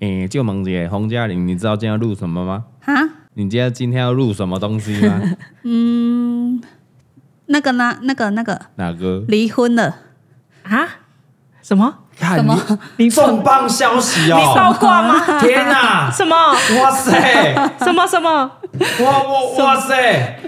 诶、就萌姐，洪嘉玲，你知道今天要录什么吗？啊，你今天今天要录什么东西 吗？那个呢？那个那个哪个？离婚了，啊？什么？看什你么你重磅消息你哦！倒挂 吗？ 天哪、什么？哇 塞！什么什么？哇哇哇塞！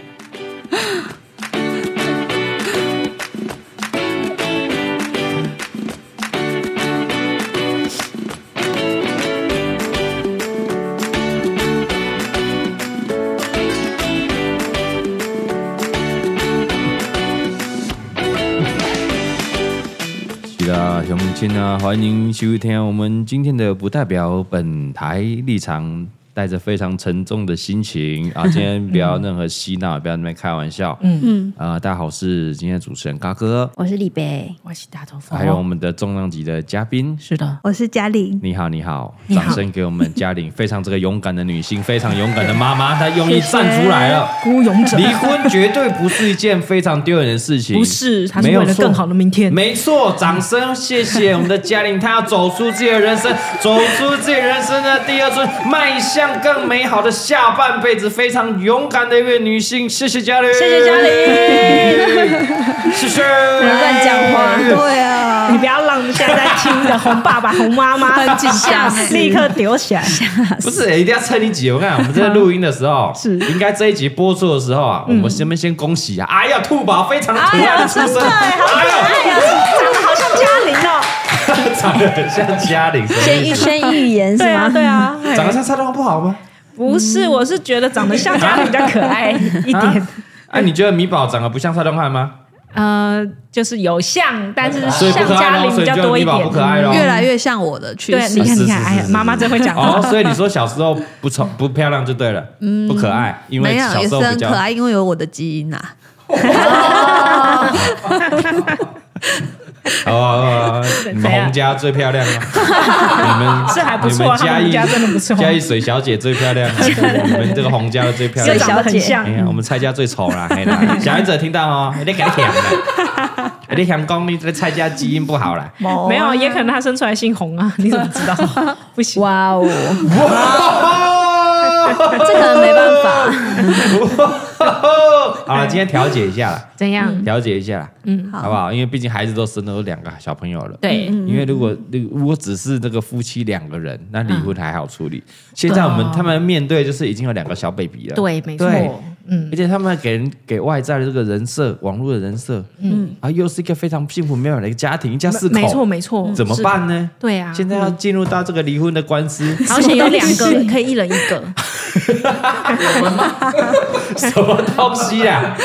是啦，乡亲啊，欢迎收听我们今天的不代表本台立场，带着非常沉重的心情 啊，今天不要任何嬉闹，不要在那边开玩笑。嗯嗯，哦啊，大家好，我是今天的主持人嘎哥，我是李贝，我是大头佛还有我们的重量级的嘉宾。是的，我是嘉玲，你好，你好，你好掌声给我们嘉玲，非常这个勇敢的女性，非常勇敢的妈妈，她用力站出来了。孤勇者离婚绝对不是一件非常丢人的事情，不是，他是没有为了错更好的明天。没错，掌声谢谢我们的嘉玲，她要走出自己的人生，走出自己人生的第二春，迈向更美好的下半辈子，非常勇敢的一位女性。谢谢嘉玲，谢谢嘉 玲，谢谢。不要乱讲话对啊，你不要让现在听的红爸爸、红妈 妈很紧张立刻丢起来。不是、一定要趁你姐。我看我们在录音的时候，是应该这一集播出的时候啊，我们先们先恭喜啊！哎呀，兔宝非常可爱的出生，哎呀，哎呀，长得好像嘉玲哦。长得很像嘉玲，先预先预言是对啊，吗？对啊。长得像蔡东不好吗？不是，我是觉得长得像嘉玲比较可爱一点。哎、你觉得米宝长得不像蔡东汉吗？呃，就是有像，但是所以不像可爱嘉咯，玲所比以较就多一米宝点不。可爱咯。越来越像我的趋对，势你。看，啊是你看，是哎呀是，妈妈真会讲话哦，。所以你说小时候不丑不漂亮就对了，不可爱，因没为有，小也时是候比很较可爱，因为有我的基因啊呐。哦哦，哦哦你们怎样洪家最漂亮吗？你们是还不错你们啊洪嘉家义真的不错嘉义水小姐最漂亮吗，你们这个洪家的最漂就亮。长得很像哎。呀，我们蔡家最丑 啦，嘿啦，小孩子有听到哦，你给他舔了，你舔公你这蔡家基因不好啦。 没有，也可能他生出来姓洪啊，你怎么知道？哦 不行，哇 哦，哇这可能没办法。 好了，今天调解一下啦，怎样？调解一下啦，嗯，好好不好？因为毕竟孩子都生了有两个小朋友了，对，因为如果嗯如果只是这个夫妻两个人，那离婚还好处理。现在我们对啊他们面对就是已经有两个小 baby 了，对，没错对，嗯，而且他们给人给外在的这个人设，网络的人设，嗯，啊，又是一个非常幸福美满的一个家庭，一家四口，嗯没错，没错，怎么嗯是？办呢？对啊，嗯现在 要进入到这个离婚的官司，而且有两个可以一人一个， 什么东西 啊？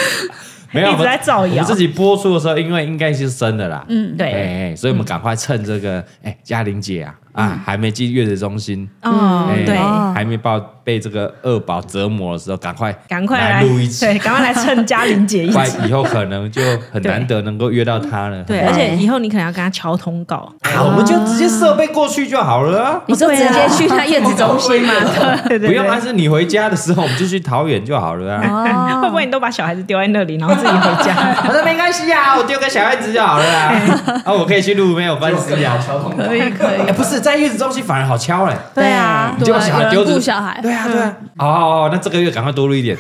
没有，一直在造我谣们自己播出的时候，因为应该是生的啦，嗯，哎、对，嗯所以我们赶快趁这个，哎、嘉玲姐啊，啊，还没进月子中心，哦哎，对，还没报被这个二宝折磨的时候，赶快赶快来来录一期，对，赶快来趁嘉玲姐一不起。然以后可能就很难得能够约到他了。对，很而难且以后你可能要跟他敲通告，啊我们就直接设备过去就好了啊、 你说直接去他月子中心吗？对对哦不用，对还是你回家的时候，我们就去桃园就好了哦啊。哦会不会你都把小孩子丢在那里，然后自己回家？ 我说没关系啊，我丢个小孩子就好了啊。 啊，我可以去录，没有关系啊。哎可以可以 哎，不是在月子中心反而好敲嘞。对啊，你对就把啊小有孩人丢顾着，小孩，对啊，对啊。哦哦，哦那这个月赶快多录一点，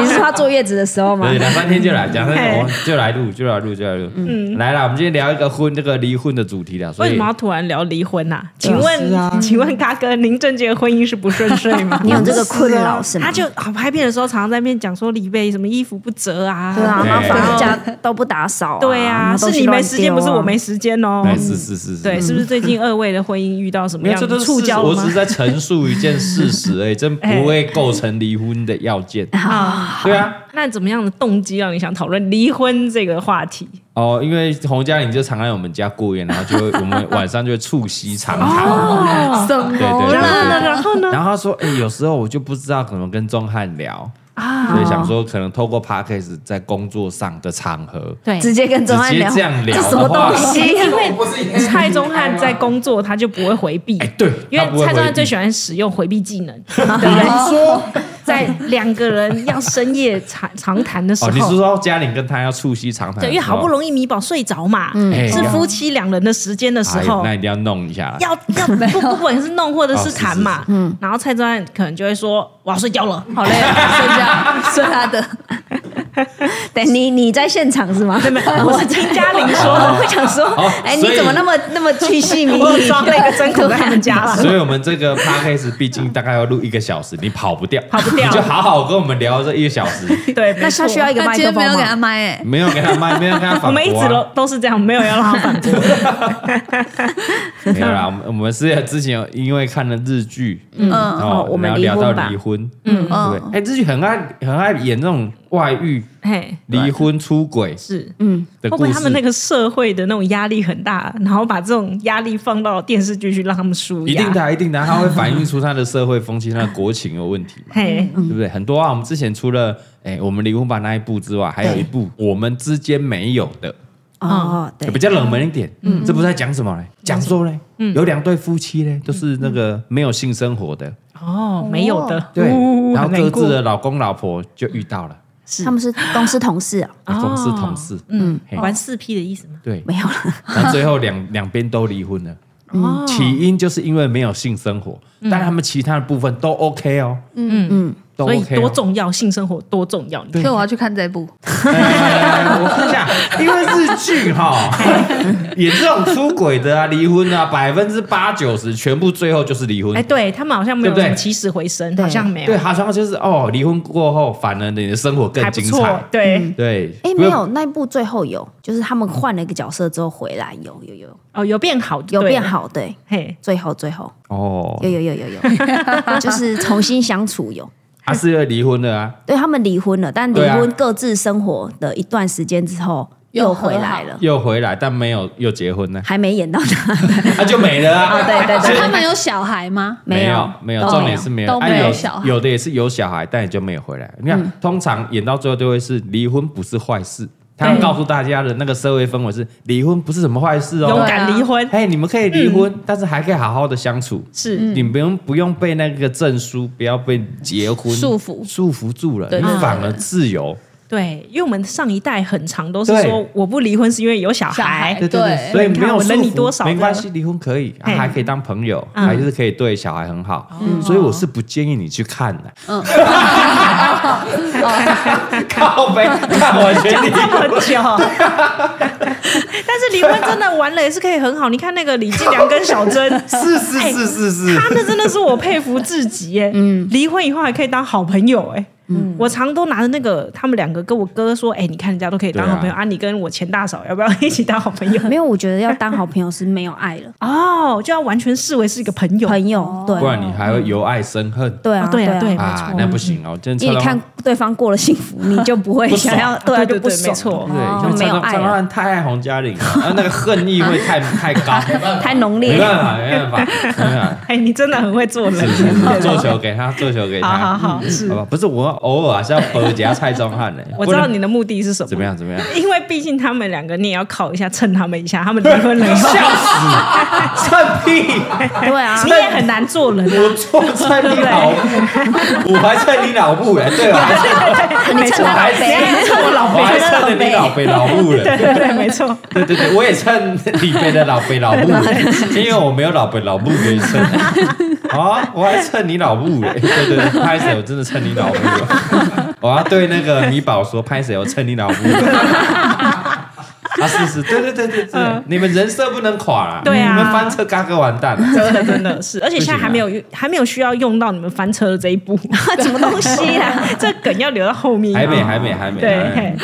你是说他坐月子的时候吗？对，？两三天就来，两三天 哎我就来录，就来录，就来录。嗯，来啦，我们今天聊一个婚，这个离婚的主题啦。所为以什么要突然聊离婚呐、请问，请问嘎哥，您这届婚姻是不顺遂吗 你有这个困扰是吗他？就好拍片的时候，常常在面讲说李贝什么衣服不折啊，对啊，对麻烦家都不打扫啊，对啊，然后东是西你乱没时间，丢啊不是我没时间哦。哎，是是是是，对，嗯是不是 最近二位的婚姻遇到什么没有，样这的都是触事实礁我了只是吗？在哎陈述一件事实而已，真不会构成离婚的要件。啊，对啊，那怎么样的动机让你想讨论离婚这个话题？哦，因为洪嘉玲就常来我们家过夜，然后就会我们晚上就会促膝长 哦谈。什么对对对然后呢，对。然后呢？然后他说：“哎、有时候我就不知道怎么跟钟汉聊啊，所以想说可能透过 podcast 在工作上的场合，对直接跟直钟汉接聊这，样聊这什么的话东， 西？蔡宗翰在工作，他就不会回避哎、，对，因为他不会蔡宗回翰避哦最喜欢使用回避技能。比如说，在两个人要深夜长长谈的时哦，你是候。说嘉玲跟他要促膝长谈的时候？对，因为好不容易米宝睡着嘛，哎是呀夫妻两人的时间的时哎候，那一定要弄一下。要要不 不管是弄或者是谈嘛，哦嗯，然后蔡宗翰可能就会说我要睡觉了，好累啊，睡觉睡他的，对你你在现场是吗？ 我是听嘉玲说的，会想说哦，哎，你所以怎么那么那么巨细靡我遗？装了一个针孔在他们 家了。所以我们这个 podcast 毕竟大概要录一个小时，你跑不掉，跑不掉你就好好跟我们聊这一个小时，对，那他需要一个但麦今克天没风有给他吗？麦哎，没有跟他麦，没有跟他反驳啊、我们一直都都是这样，没有要让他反驳。 没有啦。我们我们是之前有因为看了日剧，嗯，哦我们然后离聊婚到吧离婚，嗯对，哦哎，日剧很爱很爱演那种外遇、嘿，离婚、出轨是，的会不故会事。他们那个社会的那种压力很大，然后把这种压力放到电视剧去让他们舒压？一定 的啊，一定的啊，它会反映出他的社会风气、他的国情有问题嘛，嘿，对不对？很多啊，我们之前除了哎我们离婚吧那一部之外，还有一部我们之间没有的，哦，对比，较冷门一点。嗯，这不是在讲什么嘞？讲说嘞，有两对夫妻嘞，就是那个没有性生活的，嗯哦，没有的，对呜，然后很难各过自的老公老婆就遇到了，他们是公司同事啊，哎公司哦同事，嗯哦嘿，玩四 P 的意思吗？对，没有了。然后最后两两边都离婚了。哦，起因就是因为没有性生活，但他们其他的部分都 OK 哦，嗯嗯，都所以 OK 多哦。重要，性生活多重要，你所以我要去看这部，哎我跟你讲，因为日剧 哈，演这种出轨的啊、离婚啊，百分之八九十全部最后就是离婚哎，。对啊他们好像没对有不什对么起死回生，对好像没有对，，好像就是哦，离婚过后反而你的生活更还不精错彩。，对，对，哎，没有，那一部最后有，就是他们换了一个角色之后回来，有有有哦，有变好，有变，好，对，嘿，最后最后哦有，有有有有， 就是重新相处有。他是因为离婚了啊，对他们离婚了，但离对啊婚各自生活的一段时间之后又又和回好来了，又回来，但没有又结婚呢，还没演到他，他就没了啊。对对对他们有小孩吗？没有没有，都重没点有是没有，都啊没有有小孩有的也是有小孩，但也就没有回来。你看，通常演到最后都会是离婚不是坏事，他要对告诉大家的那个社会氛围是离婚不是什么坏事勇哦。敢离婚嘿，你们可以离婚，但是还可以好好的相处。是你不用不用被那个证书，不要被结婚束缚束缚住了，对你对反对而自由。对，因为我们上一代很长都是对说我不离婚是因为有小小孩孩，对对所以哎你看没有我能束你缚多少没的关系，离婚可以，啊嘿还可以当朋友，嗯还是可以对小孩很好。所以我是不建议你去看的。靠背，看我全离这么久。但是离婚真的玩了也是可以很好，你看那个李继良跟小 珍，哎是是是是是， 他们真的是我佩服至极耶。嗯离婚以后还可以当好朋友哎。我常都拿着那个，他们两个跟我哥说：“哎、你看人家都可以当好朋友对啊你跟我前大嫂要不要一起当好朋友 没有，我觉得要当好朋友是没有爱 了，？”哦，就要完全视为是一个朋友。朋友对不然你还会由爱生恨哦对啊哦对啊对啊，啊，那不行哦。真的因为你看对方过了幸福，你就不会不爽想要对啊对就对不对没爽，错对，就因为没有常爱常了，常太爱洪嘉玲了，啊然后那个恨意会太太高，太浓没烈了。办 法，没办法，没办 法。哎、你真的很会做人是。是是做球给他，做球给他，好好好嗯是好吧？不是我偶尔还是要合夹啊蔡宗翰的，我知道你的目的是什怎么，么样怎么样。 因为毕竟他们两个，你也要考一下，蹭他们一下。他们离婚了以 后，趁屁！对啊你，也很难做 人、啊。我错趁你老母，我还趁你老母嘞，对吧？你我趁他还老趁呗，我老我还趁了你老北老母 对嘞。对对，没错。对对对，我也趁李贝的老北老母嘞，因为我没有老北老母可以趁。啊，我还趁你老母嘞，对对对，拍谁我真的趁你老母了。我要对那个米宝说，拍谁我趁你老母。啊，是是，对对对对对，你们人设不能垮了，对啊你们翻车嘎哥完蛋了。真的 真的 啊是，而且现在还没有用还没有需要用到你们翻车的这一步， 什么东西 啊？这梗要留到后面。啊还没，还没，还没。对还没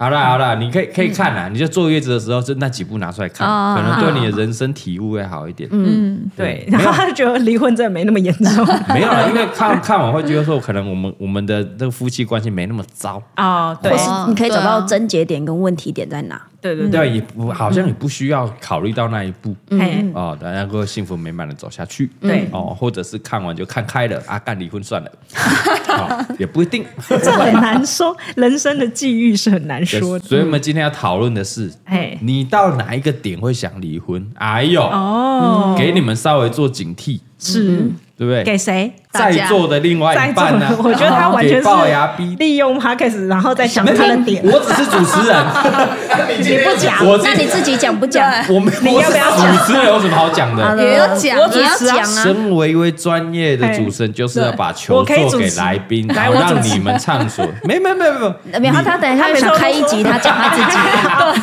好啦，好啦，你可以可以看啦，你就坐月子的时候，就那几部拿出来看，哦可能对你的人生体悟会好一点。嗯，对，没然有后他就觉得离婚真的没那么严重 没有啊啦，因为看看完会觉得说，可能我们我们的这个夫妻关系没那么糟，哦，对或是你可以找到对啊症结点跟问题点在哪。对对对，对，啊也不好像也不需要考虑到那一步嘿哦，大家够幸福美满的走下去。对哦，或者是看完就看开了啊，干离婚 算了，哦也不一定。这很难说，人生的际遇是很难对 说的。所以我们今天要讨论的是，哎，你到哪一个点会想离婚？哎呦，哦，给你们稍微做警惕，是对不对？给谁？打在架座的另外在一座半呢、 啊我觉得他完全给龅牙是逼利用 podcast，然后再想没他的有点。我只是主持人，你不讲我，那你自己讲不讲？我们你我要是不要主持人有什么好讲的？也要讲我啊主持啊，身为一位专业的主持人，就是要把球做给来宾，对然后我可以让主持来我主持你们畅 所。没没没没没有他，他等一下想开一集，他讲他自己。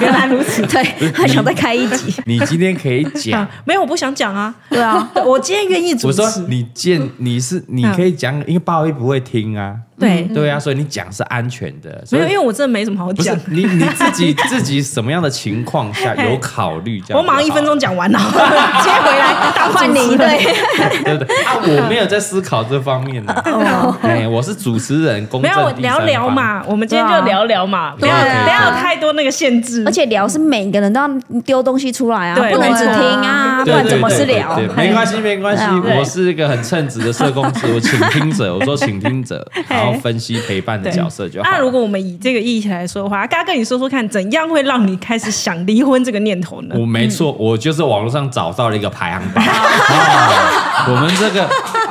原来如此， 对，他想再开一集。你今天可以讲啊。没有，我不想讲啊。对啊， 我今天愿意主我持说，你见你是你可以讲，因为鲍威不会听啊，对，对啊，所以你讲是安全的。所嗯没以有，因为我真的没什么好不是讲。你你自己 自己什么样的情况下有考虑这样？我马上一分钟，讲完了， 接回来当换主你持人对，对不对？啊，我没有在思考这方面呢。哎，我是主持人，公没正有第三聊聊方。嘛，我们今天对啊就聊聊嘛，不对要啊不对啊要有太多那个限制。而且聊是每个人都要丢东西出来啊，对不能只对啊听啊，不对然对怎么对是对聊对？没关系，没关系对啊，我是一个很称职的社工师，我倾听者，我说倾听者，然后分析陪伴的对角色就好了。那啊如果我们以这个议题来说的话，嘎跟你说说看，怎样会让你开始想离婚这个念头呢？我没错，我就是网络上找到了一个排行榜。啊我们这个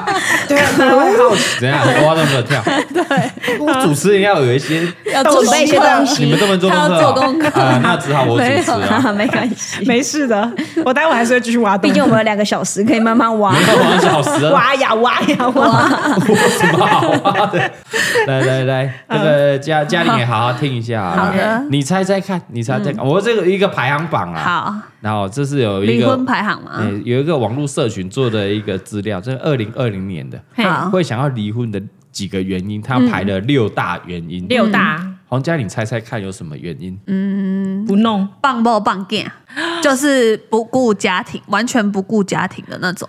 对啊，大家会好奇怎样挖那么跳？对，我主持人要有一些，要做做准备一些东你西们，这么做功他课要啊做功课啊，那只好我主持啊。 没关系，没事 的，我待会还是会继续挖洞。毕竟我们有两个小时可以慢慢挖没。办法，小 时啊，挖呀挖呀挖，我什么好挖的？啊来来来，那个嘉嘉玲也好好听一下啊。好的嗯你猜猜看，你猜猜看，我这个一个排行榜啊。好然后这是有一离个婚排行嘛呃，有一个网络社群做的一个资料，这是二零二零年的，嘿好会想要离婚的几个原因，他排了六大原因。嗯六大黄嘉玲猜猜看有什么原因？嗯不弄，棒爆棒 g 就是不顾家庭，完全不顾家庭的那种。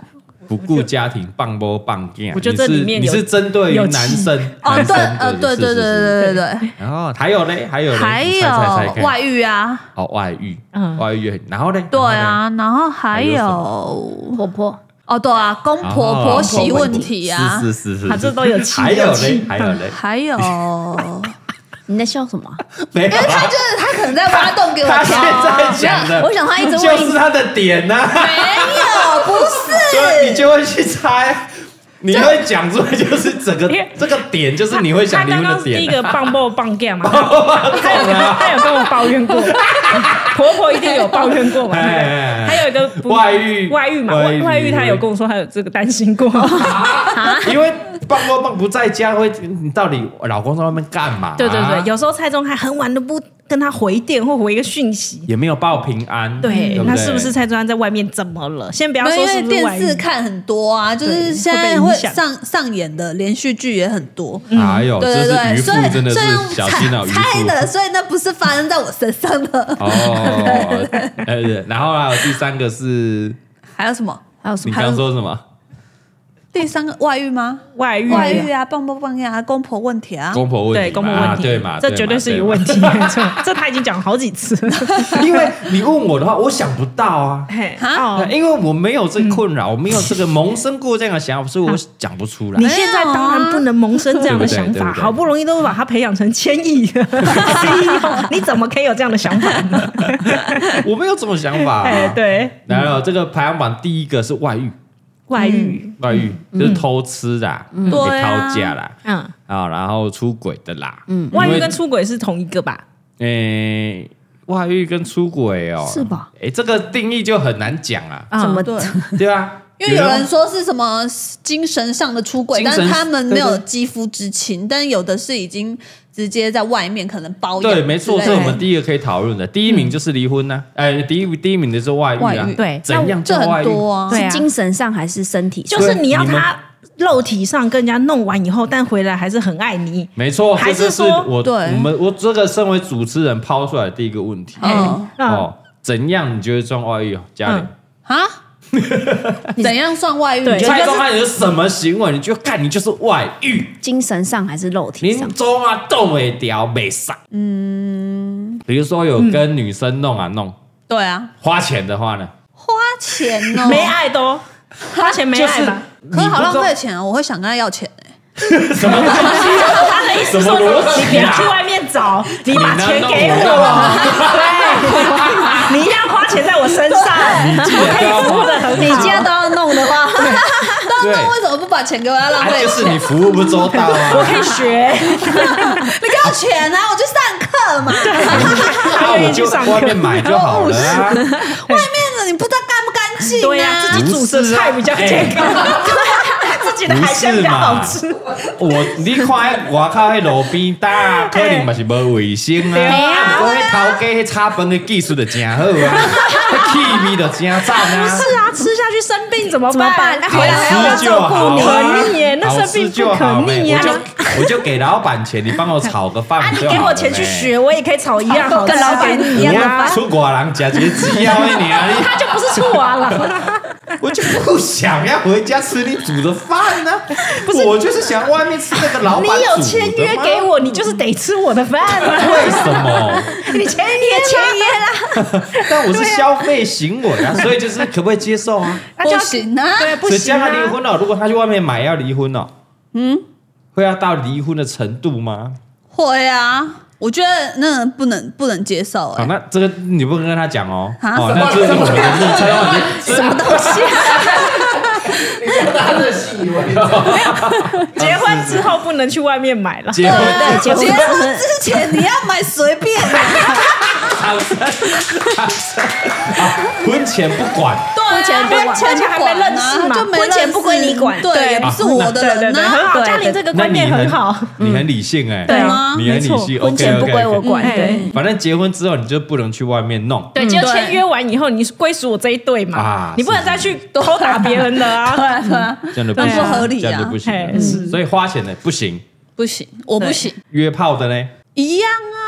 不顾家庭，棒波棒干。我觉你得这是里面你有是针对于有男气生，哦，男对，生呃，对对是是对。是对对对然后还有嘞，还有嘞，对，还你猜猜猜有看外遇啊，哦，外遇，嗯外遇，然后嘞，对然后嘞，啊，然后还还有什有婆婆，哦，对啊，公婆哦婆媳问题啊，是是是是，他这都有气还有有气嘞，还有嘞，还有，因你在笑什么啊？没有为 他就是他可能在挖洞给我他跳现啊，在讲的，我想他一直就是问，他的点呐、没有，不 是，所以你就会去猜，你会讲出来就是整个因为这个点，就是你会想离他婚刚的刚是第一点、个啊。棒爆棒 干嘛，他 有他有跟我抱怨过，婆婆一定有抱怨过嘛。对不对哎 还有一个不外遇外遇嘛，外外遇，他有跟我说他有这个担心 过。哎因为棒棒棒不在家会，你到底老公在外面干嘛、对对啊对，有时候蔡宗还很晚都不跟他回电或回一个讯息。也没有报平安，对嗯不，那是不是蔡宗安在外面怎么了？先不要啊没有说因为是不是外电视遇，看很多啊，就是对现在会会被影响上上演的连续剧也很多。哎呦，嗯对对这对，是渔所夫，以真的所以是小心啊，我猜渔的，夫。所以那不是发生在我身上 的。 哦，呃，然后还有第三个是，还有什么？还有什你么？刚刚说什么？第三个外遇吗？外遇，外遇啊，棒棒棒呀，公婆问题啊。公婆问题嘛，对，公婆问啊题，对嘛？这嘛绝对是嘛一个问题， 没错，这他已经讲了好 几次。 因为你问我的话，我想不到啊，嘿哈哦嗯因为我没有这个困扰，我没有这个萌生过这样的想法，所以我讲不出来你。现在当然不能萌生这样的想对不对法，对不对好不容易都把他培养成千亿 CEO，你怎么可以有这样的想法 呢？我没有这种想法哦嗯 哎，啊。对，然后这个排行榜第一个是外遇，外遇，外遇就是偷吃啦，给对啊讨价啦，嗯，啊，然后出轨的啦，嗯，外遇跟出轨是同一个吧？诶。外遇跟出轨哦，是吧？哎，这个定义就很难讲啊，啊怎么嗯对，对啊，因为有人说是什么精神上的出轨，精但神是他们没有对肌肤之亲，但有的是已经直接在外面可能包养之类对，的。没错，这是我们第一个可以讨论的。第一名就是离婚呐、哎、第一第一名的是外遇外啊遇，对怎样这叫外很遇？多啊。对啊是精神上还是身体上？就是你要对你他肉体上跟人家弄完以后，但回来还是很爱你。没错，还这就是是说我对我们我这个身为主持人抛出来的第一个问题、嗯嗯，哦，怎样你觉得算外遇？家里、 啊？怎样算外遇？对你就蔡是宗汉有什么行为，你就看你就是外遇，精神上还是肉体林上？中啊动未掉没上。嗯，比如说有跟女生弄啊弄，对啊，花钱的话呢，花钱 哦，没啊爱的哦，花钱没就是爱吧？可是好你不浪知道费钱啊！我会想跟他要钱欸什么东西？他的意思什么说逻辑啊你别去外面找，你你把拿钱弄给我干嘛我，对，你要花钱在我身上，你记得我可以要服务的很好。啊你家都要弄弄 的话，那那为什么不把钱给我？要浪啊费就钱？是你服务不周到我 啊！可以学，你给我钱啊！我去上课嘛。那啊我就外面买就好了 啊。外面的你不知道干不干净啊对呀、自己煮的菜比较健康，啊 自己的海鲜比较好吃。我你看外口迄路边搭，可能嘛是无卫生啊。不过迄头家迄炒饭的技术就真好啊，迄气味就真赞啊。是啊，吃下去生病怎么怎么办那好回来还要我吃就好不啊，可逆耶，那好生吃病就不好可呗逆我啊。就我就给老板钱，你帮我炒个饭啊，你就好给了我钱去呗学，我也可以炒一样好吃跟老板一你样的啊，饭。出国人吃这鸡腰的你啊，他就不是醋啊了，你我就不想要回家吃你煮的饭呢、我就是想外面吃那个老你板煮的有签约嘛给我，你就是得吃我的 饭啊。为什么？你签约签约啦，但我是消费行为啊，所以就是可不可以接受啊？那就不要行啊！对，不所以行叫他离啊。婚了、如果他去外面买要离婚哦，嗯，会要到离婚的程度吗？会啊，我觉得那不能不能接受好，哎、那这个你不能跟他讲哦。啊哦，什么那这是我们的日常，什么东西啊？结婚之后不能去外面买了，结婚对结婚结婚之前你要买随便 啊，婚前不管。婚前不管，婚前还没认识啊嘛就没婚前不归你管对，也不是我的对对人对，很啊，好，对嘉玲这个那 观你念很好，，你很理性哎，对啊吗你很理没性，婚前不 OK，OK，OK 归我管，嗯对，反正结婚之后你就不能去外面 弄，对，就对签约完以后，你是归属我这一队嘛啊，你不能再去偷打别人的啊。对啊，这样就不那行，不合理啊这样就不行嘿是了。所以花钱的不行，不行，我不对行，约炮的呢，一样啊，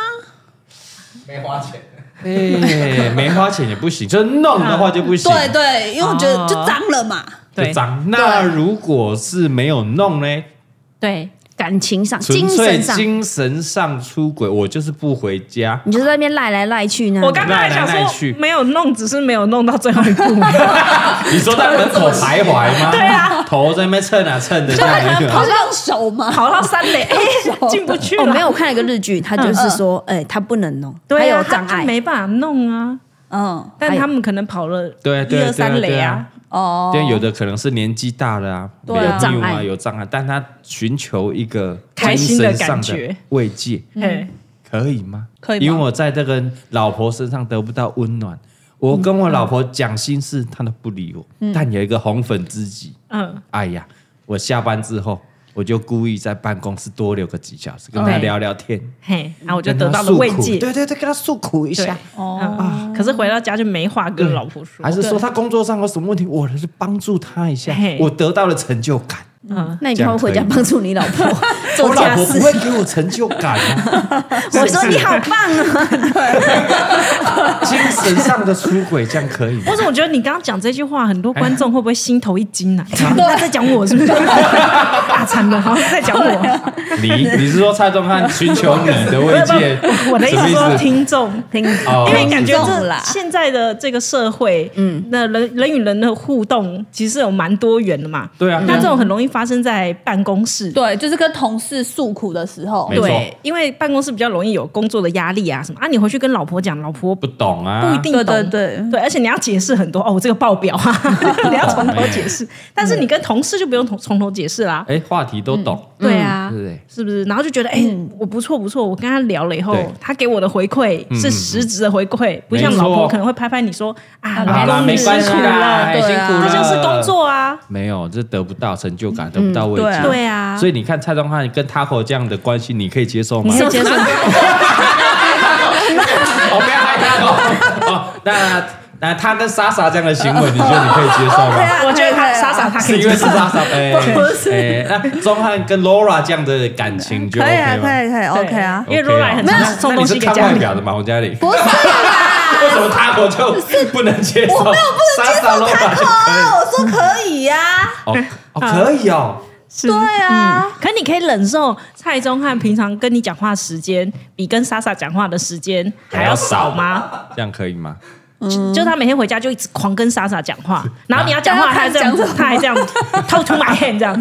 没花钱。哎， 没花钱也不行，就是弄的话就不行，啊对对，因为我觉得哦就脏了嘛，啊就脏。那如果是没有弄呢，对，感情上、纯精粹神上，精神上出轨，我就是不回家。你就在那边赖来赖去呢。我刚刚还想赖来赖说去没有弄，只是没有弄到最后一步。你说在门口徘徊吗？对啊，头在那边蹭啊蹭的，这样不是用手嘛，跑到三垒，哎，进不去哦，没了。有，我看了一个日剧，他就是说，哎，他不能弄，他对啊，有他障他碍，哎没办法弄啊。嗯，但他们可能跑了对一对二三对垒对啊啊，哦，对，有的可能是年纪大了啊，对啊没有有障碍啊，有障碍，但他寻求一个开精心的神感上觉的慰藉，嗯哎，可以吗？可以吗因为我在这个老婆身上得不到温暖，我跟我老婆讲心事，她都不理我。但有一个红粉知己，嗯，哎呀，我下班之后。我就故意在办公室多留个几小时，跟她对聊聊天，嘿，然后我我就得到了慰藉。对对对，跟她诉苦一对下。嗯哦，可是回到家就没话跟老婆说还。是说她工作上有什么问题，我就帮助她一下嘿，我得到了成就感。嗯，那你会回家帮助你老 婆做我老家婆不事？会给我成就感、啊。 我说你好棒啊！精神上的出轨，这样可以吗但？是我觉得你刚刚讲这句话，很多观众会不会心头一惊啊？啊他在讲我是不是？ 大惨了，好像在讲我。你你是说蔡宗翰寻求你的 慰藉？ 我的意什思么说，意思？听众，听哦因为感觉听众这啦现在的这个社会，嗯，那人人与人的互动其实有蛮多元的嘛。对啊，那这种很容易发生在办公室，对，就是跟同事诉苦的时候没，错对，因为办公室比较容易有工作的压力啊什么啊，你回去跟老婆讲，老婆不不懂啊，不一定懂，对对对而且你要解释很多哦，我这个报表啊， 你要从头解释，但是你跟同事就不用从从头解释啦，哎，话题都懂，嗯对啊对。不对？是不是？然后就觉得，哎、嗯我不错不错。我跟他聊了以后对，嗯他给我的回馈是实质的回馈，不像没错老婆可能会拍拍你说啊，好老啦，公没你辛关系苦啦，了，哎对辛啊苦了，这就是工。作 啊，没有，这得不到成就感，得不到慰对藉。啊对啊，所以你看蔡宗翰跟 Taco 这样的关系，你可以接受吗？你是 接受？哦，不要害他 哦。哦，那那他跟莎莎这样的行为，你觉得你可以接受吗？我觉得他对啊莎莎 他可是以因接为是受，莎莎哎不是哎，那钟汉跟 Laura 这样的感情嗯你觉得可以啊， OK 可吗以可以对，OK 啊，因为 OK 啊 Laura 很那常送那东你是西给看家外里，表的嘛，洪嘉玲。不是啦。 为什么他我就不能接受？我没有不能接受 Sasa Laura 就哦，我说可以呀、可以。哦哦，啊可以哦。是对啊，可你可以忍受蔡宗翰平常跟你讲话时间比跟莎莎讲话的时间还要少吗？这样可以吗？就就他每天回家就一直狂跟莎莎讲话，然后你要讲话，啊他还这样讲什，么他还这样偷出买 hand 这样，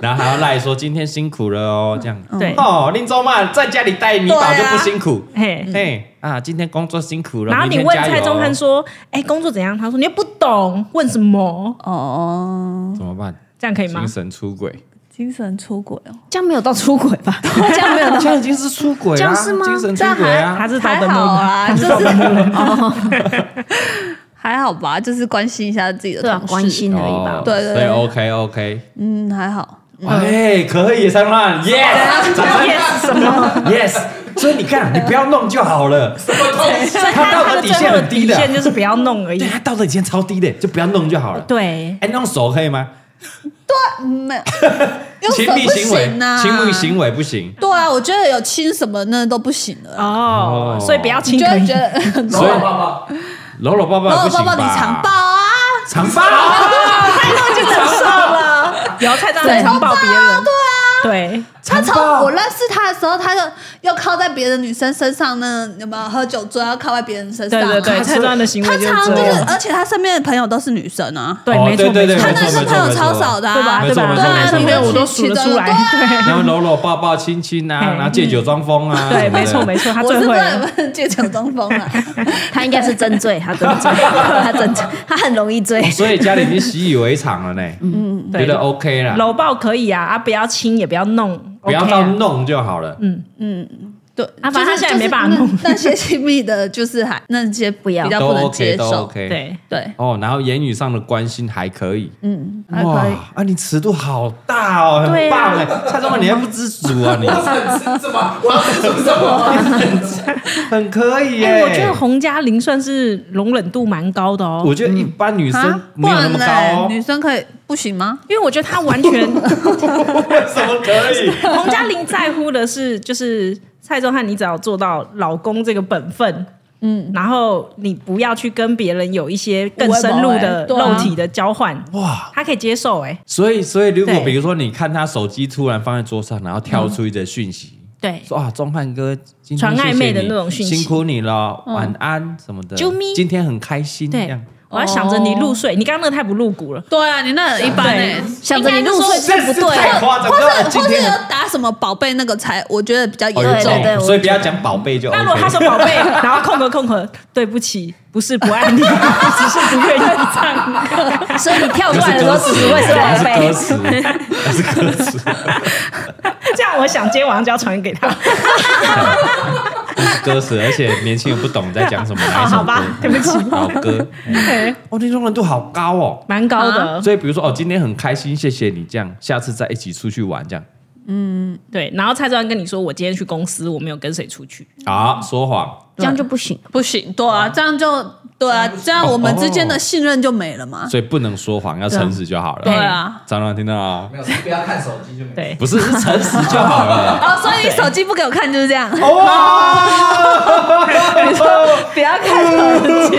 然后还要赖说今天辛苦了嗯哦，这样。对哦，林周曼在家里带米宝就对啊不辛苦。嘿。哎啊，今天工作辛苦了。然后你明问天加油哦蔡宗翰说：“哎、工作怎样？”他说：“你又不懂，问什么哦，怎么办？？”这样可以吗精？神出轨，精神出轨哦，这样没有到出轨 吧？这样没有这样已经是出轨这啦，样是吗精神出轨啊，他是他还的好梦，啦，就是哦， 还好吧，就是关心一下自己的对啊同，事关， 心而已吧。哦对对对所以 OK OK，嗯，还好，哎，可以，蔡宗翰，Yes，掌声 Yes，什么？ ，Yes。所以你看，你不要弄就好了。他他道的德底最后线的很低底的，线就是不要弄而已对。他道德底线超低的，就不要弄就好了。对，哎，弄手可以吗？没 有，亲密行为，亲密行为，为不行。啊对啊，我觉得有亲什么那都不行了啊，哦，哦所以不要你亲就可会以觉。得很所以老爸爸，搂搂抱抱也然后不行 抱吧抱你常抱，啊，长抱，然后蔡宗翰强暴别啊人，对他从抱我认识他的时候，他就又靠在别的女生身上呢，有没有喝酒醉要靠在别人身上对啊？对对，蔡宗翰的行他为就是常就这是，样。而且他身边的朋友都是女生啊，对，哦没错对对对没他错，没男错生朋友超少的啊，对吧？没对错吧？没错他没男错生朋友我都数得出来，然后搂搂抱抱亲亲啊，嘿嗯然后借酒装疯啊，对对，什么的没错没错，他我最是不会知道有了。没 有借酒装疯啊，他应该是真醉，他真 醉，他真醉，他很容易醉。所以家里已经习以为常了呢，嗯，觉对得 OK 啦，搂抱可以啊，啊，不要亲，也不要弄，不要 OK 到啊弄就好了。对，啊反正他就是现在也没办法弄就是那那些亲密的，就是还那些不要比较都不能 OK，接都受， OK，。对。对，哦，然后言语上的关心还可以，嗯，还可以。哇啊，你尺度好大哦，很对啊棒哎，蔡宗翰你还不知足 啊，你这怎么？我要吃什么？ 很可以哎、耶。我觉得洪嘉玲算是容忍度蛮高的哦我，觉得一般女生啊，不没有那然么嘞高哦，女生可以不行吗？因为我觉得她完 全为 什么可以？洪嘉玲在乎的是，就是蔡宗翰，你只要做到老公这个本分，嗯，然后你不要去跟别人有一些更深入的无微不微对啊肉体的交换，哇！他可以接受、哎，所以，所以如果对比如说你看他手机突然放在桌上，然后跳出一则讯息，对，说啊，钟汉哥今天嗯传谢谢暧昧的你那种讯息嗯辛苦你了，晚安什么的，啾咪今天很开心，对嗯这样哦我要想着你入睡，你刚刚那个太不露骨了，对啊，你那很一般对欸想着你入睡这啊不对，太夸张或了，是今或是天有很打什么宝贝那个才，我觉得比较哦严有对重对重。对我所以不要讲宝贝就 OK。那如果他说宝贝，然后空格空格，对 不起，不是不爱你，只是不愿意唱歌。所以你跳出不来是的时歌候，词，只会是还宝是贝歌。词，还是歌词，这样我想今天晚上就要传给 他。是歌词，而且年轻人不懂在讲什么，哪一首好吧歌？对不起老歌。哦，听众人度好高哦。蛮高的，所以比如说哦，今天很开心，谢谢你，这样下次再一起出去玩，这样对。然后蔡庄跟你说，我今天去公司，我没有跟谁出去，啊，说谎，这样就不行。 不行，对啊，这样就对啊，这样我们之间的信任就没了嘛。所以不能说谎，要诚实就好了。对啊，张亮听到啊，没有，不要看手机就没。对，不是是诚实就好 了。哦，所以你手机不给我看就是这样，哦不要看手机。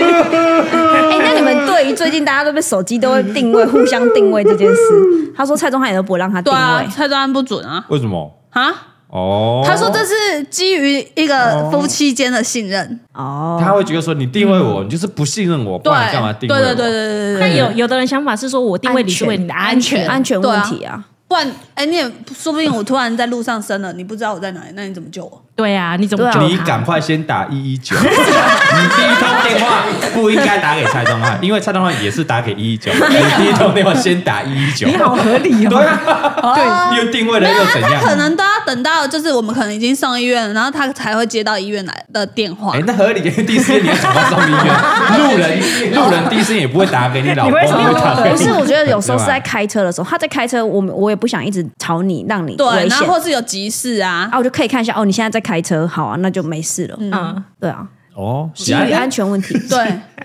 哎、那你们对于最近大家都被手机都会定位、互相定位这件 事，他说蔡宗翰也都不会让他对定位，啊，蔡宗安不准啊为什么？啊！哦，他说这是基于一个夫妻间的信任，哦，他会觉得说你定位我，你就是不信任我，不对然你干嘛，对定位我？对对对对对但对，有有的人想法是说我定位你是为你的安全，安全对问啊题啊，不然哎，你也说不定我突然在路上生了，你不知道我在哪里，那你怎么救我？对啊，你怎么对啊救你他赶快先打一一九，你第一通电话不应该打给蔡宗翰，因为蔡宗翰也是打给一一九，你第一通电话先打一一九，你好合理哦，对啊，对，又定位了没有又啊，怎他可样？能都要等到就是我们可能已经送医院了，然后他才会接到医院来的电话哎，。那合理，第四天你要转到送医院，路人路人第一时间也不会打给你老公，你为什么会打啊给你不是，我觉得有时候是在对吧开车的时候，他在开车，我们我也不想一直吵你，让你对，危然后险或是有急事啊， 啊，我就可以看一下哦，你现在在开车，好啊，那就没事了。嗯，对啊，哦，基于安全问题，对，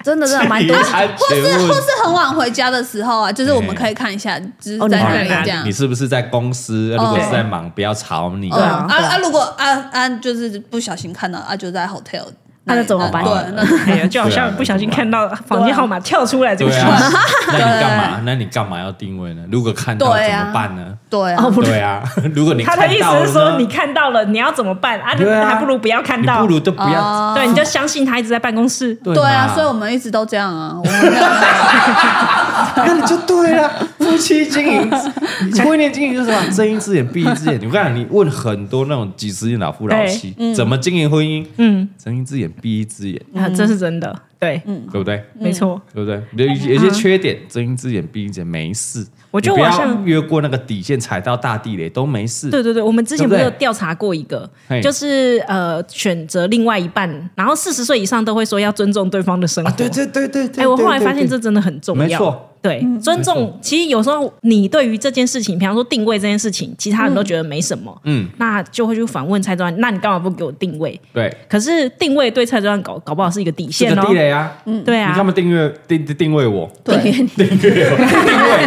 真的真的蛮多基于。安或全是问或是很晚回家的时候啊，就是我们可以看一下，就是在哪里这哦样你。是不是在公司？如果是在忙，不要吵你。嗯啊对啊啊！如果啊啊，就是不小心看到啊，就在 hotel 那怎么办？对，那哎呀，就好像不小心看到房间号码跳出来这个啊对讯啊息，，那你干嘛？那你干嘛要定位呢？如果看到对怎啊么办呢？对哦哦啊，对啊， 如果你他看的意到思了是说呢你看到了，你要怎么办啊？对啊还不如不要看你到，不如都不要。哦对，你就相信他一直在办公室。对对啊，嘛所以我们一直都这样啊，我们没有那你就对 了，夫妻经营，婚恋经营就是什么睁一只眼闭一只眼。你看，你问很多那种几十年老夫老妻怎么经营婚姻，嗯，睁一只眼闭一只眼，啊，这是真的，对，对不对？没错。对不对？有有些缺点，睁一只眼闭一只眼没事。嗯我觉得你不我要好像越过那个底线，踩到大地雷都没事。对对对，我们之前不是对有不对调查过一个嘿，就是呃选择另外一半，然后四十岁以上都会说要尊重对方的生活。啊，对对对对对。哎，我对后来发现，对这真的很重要。没错，嗯对，尊重。其实有时候你对于这件事情，比方说定位这件事情，其他人都觉得没什么，嗯，那就会去反问蔡庄汉，那你干嘛不给我定位？对，可是定位对蔡庄汉搞搞不好是一个底这线个哦地。雷啊，你对啊，干嘛订阅定定位我？对，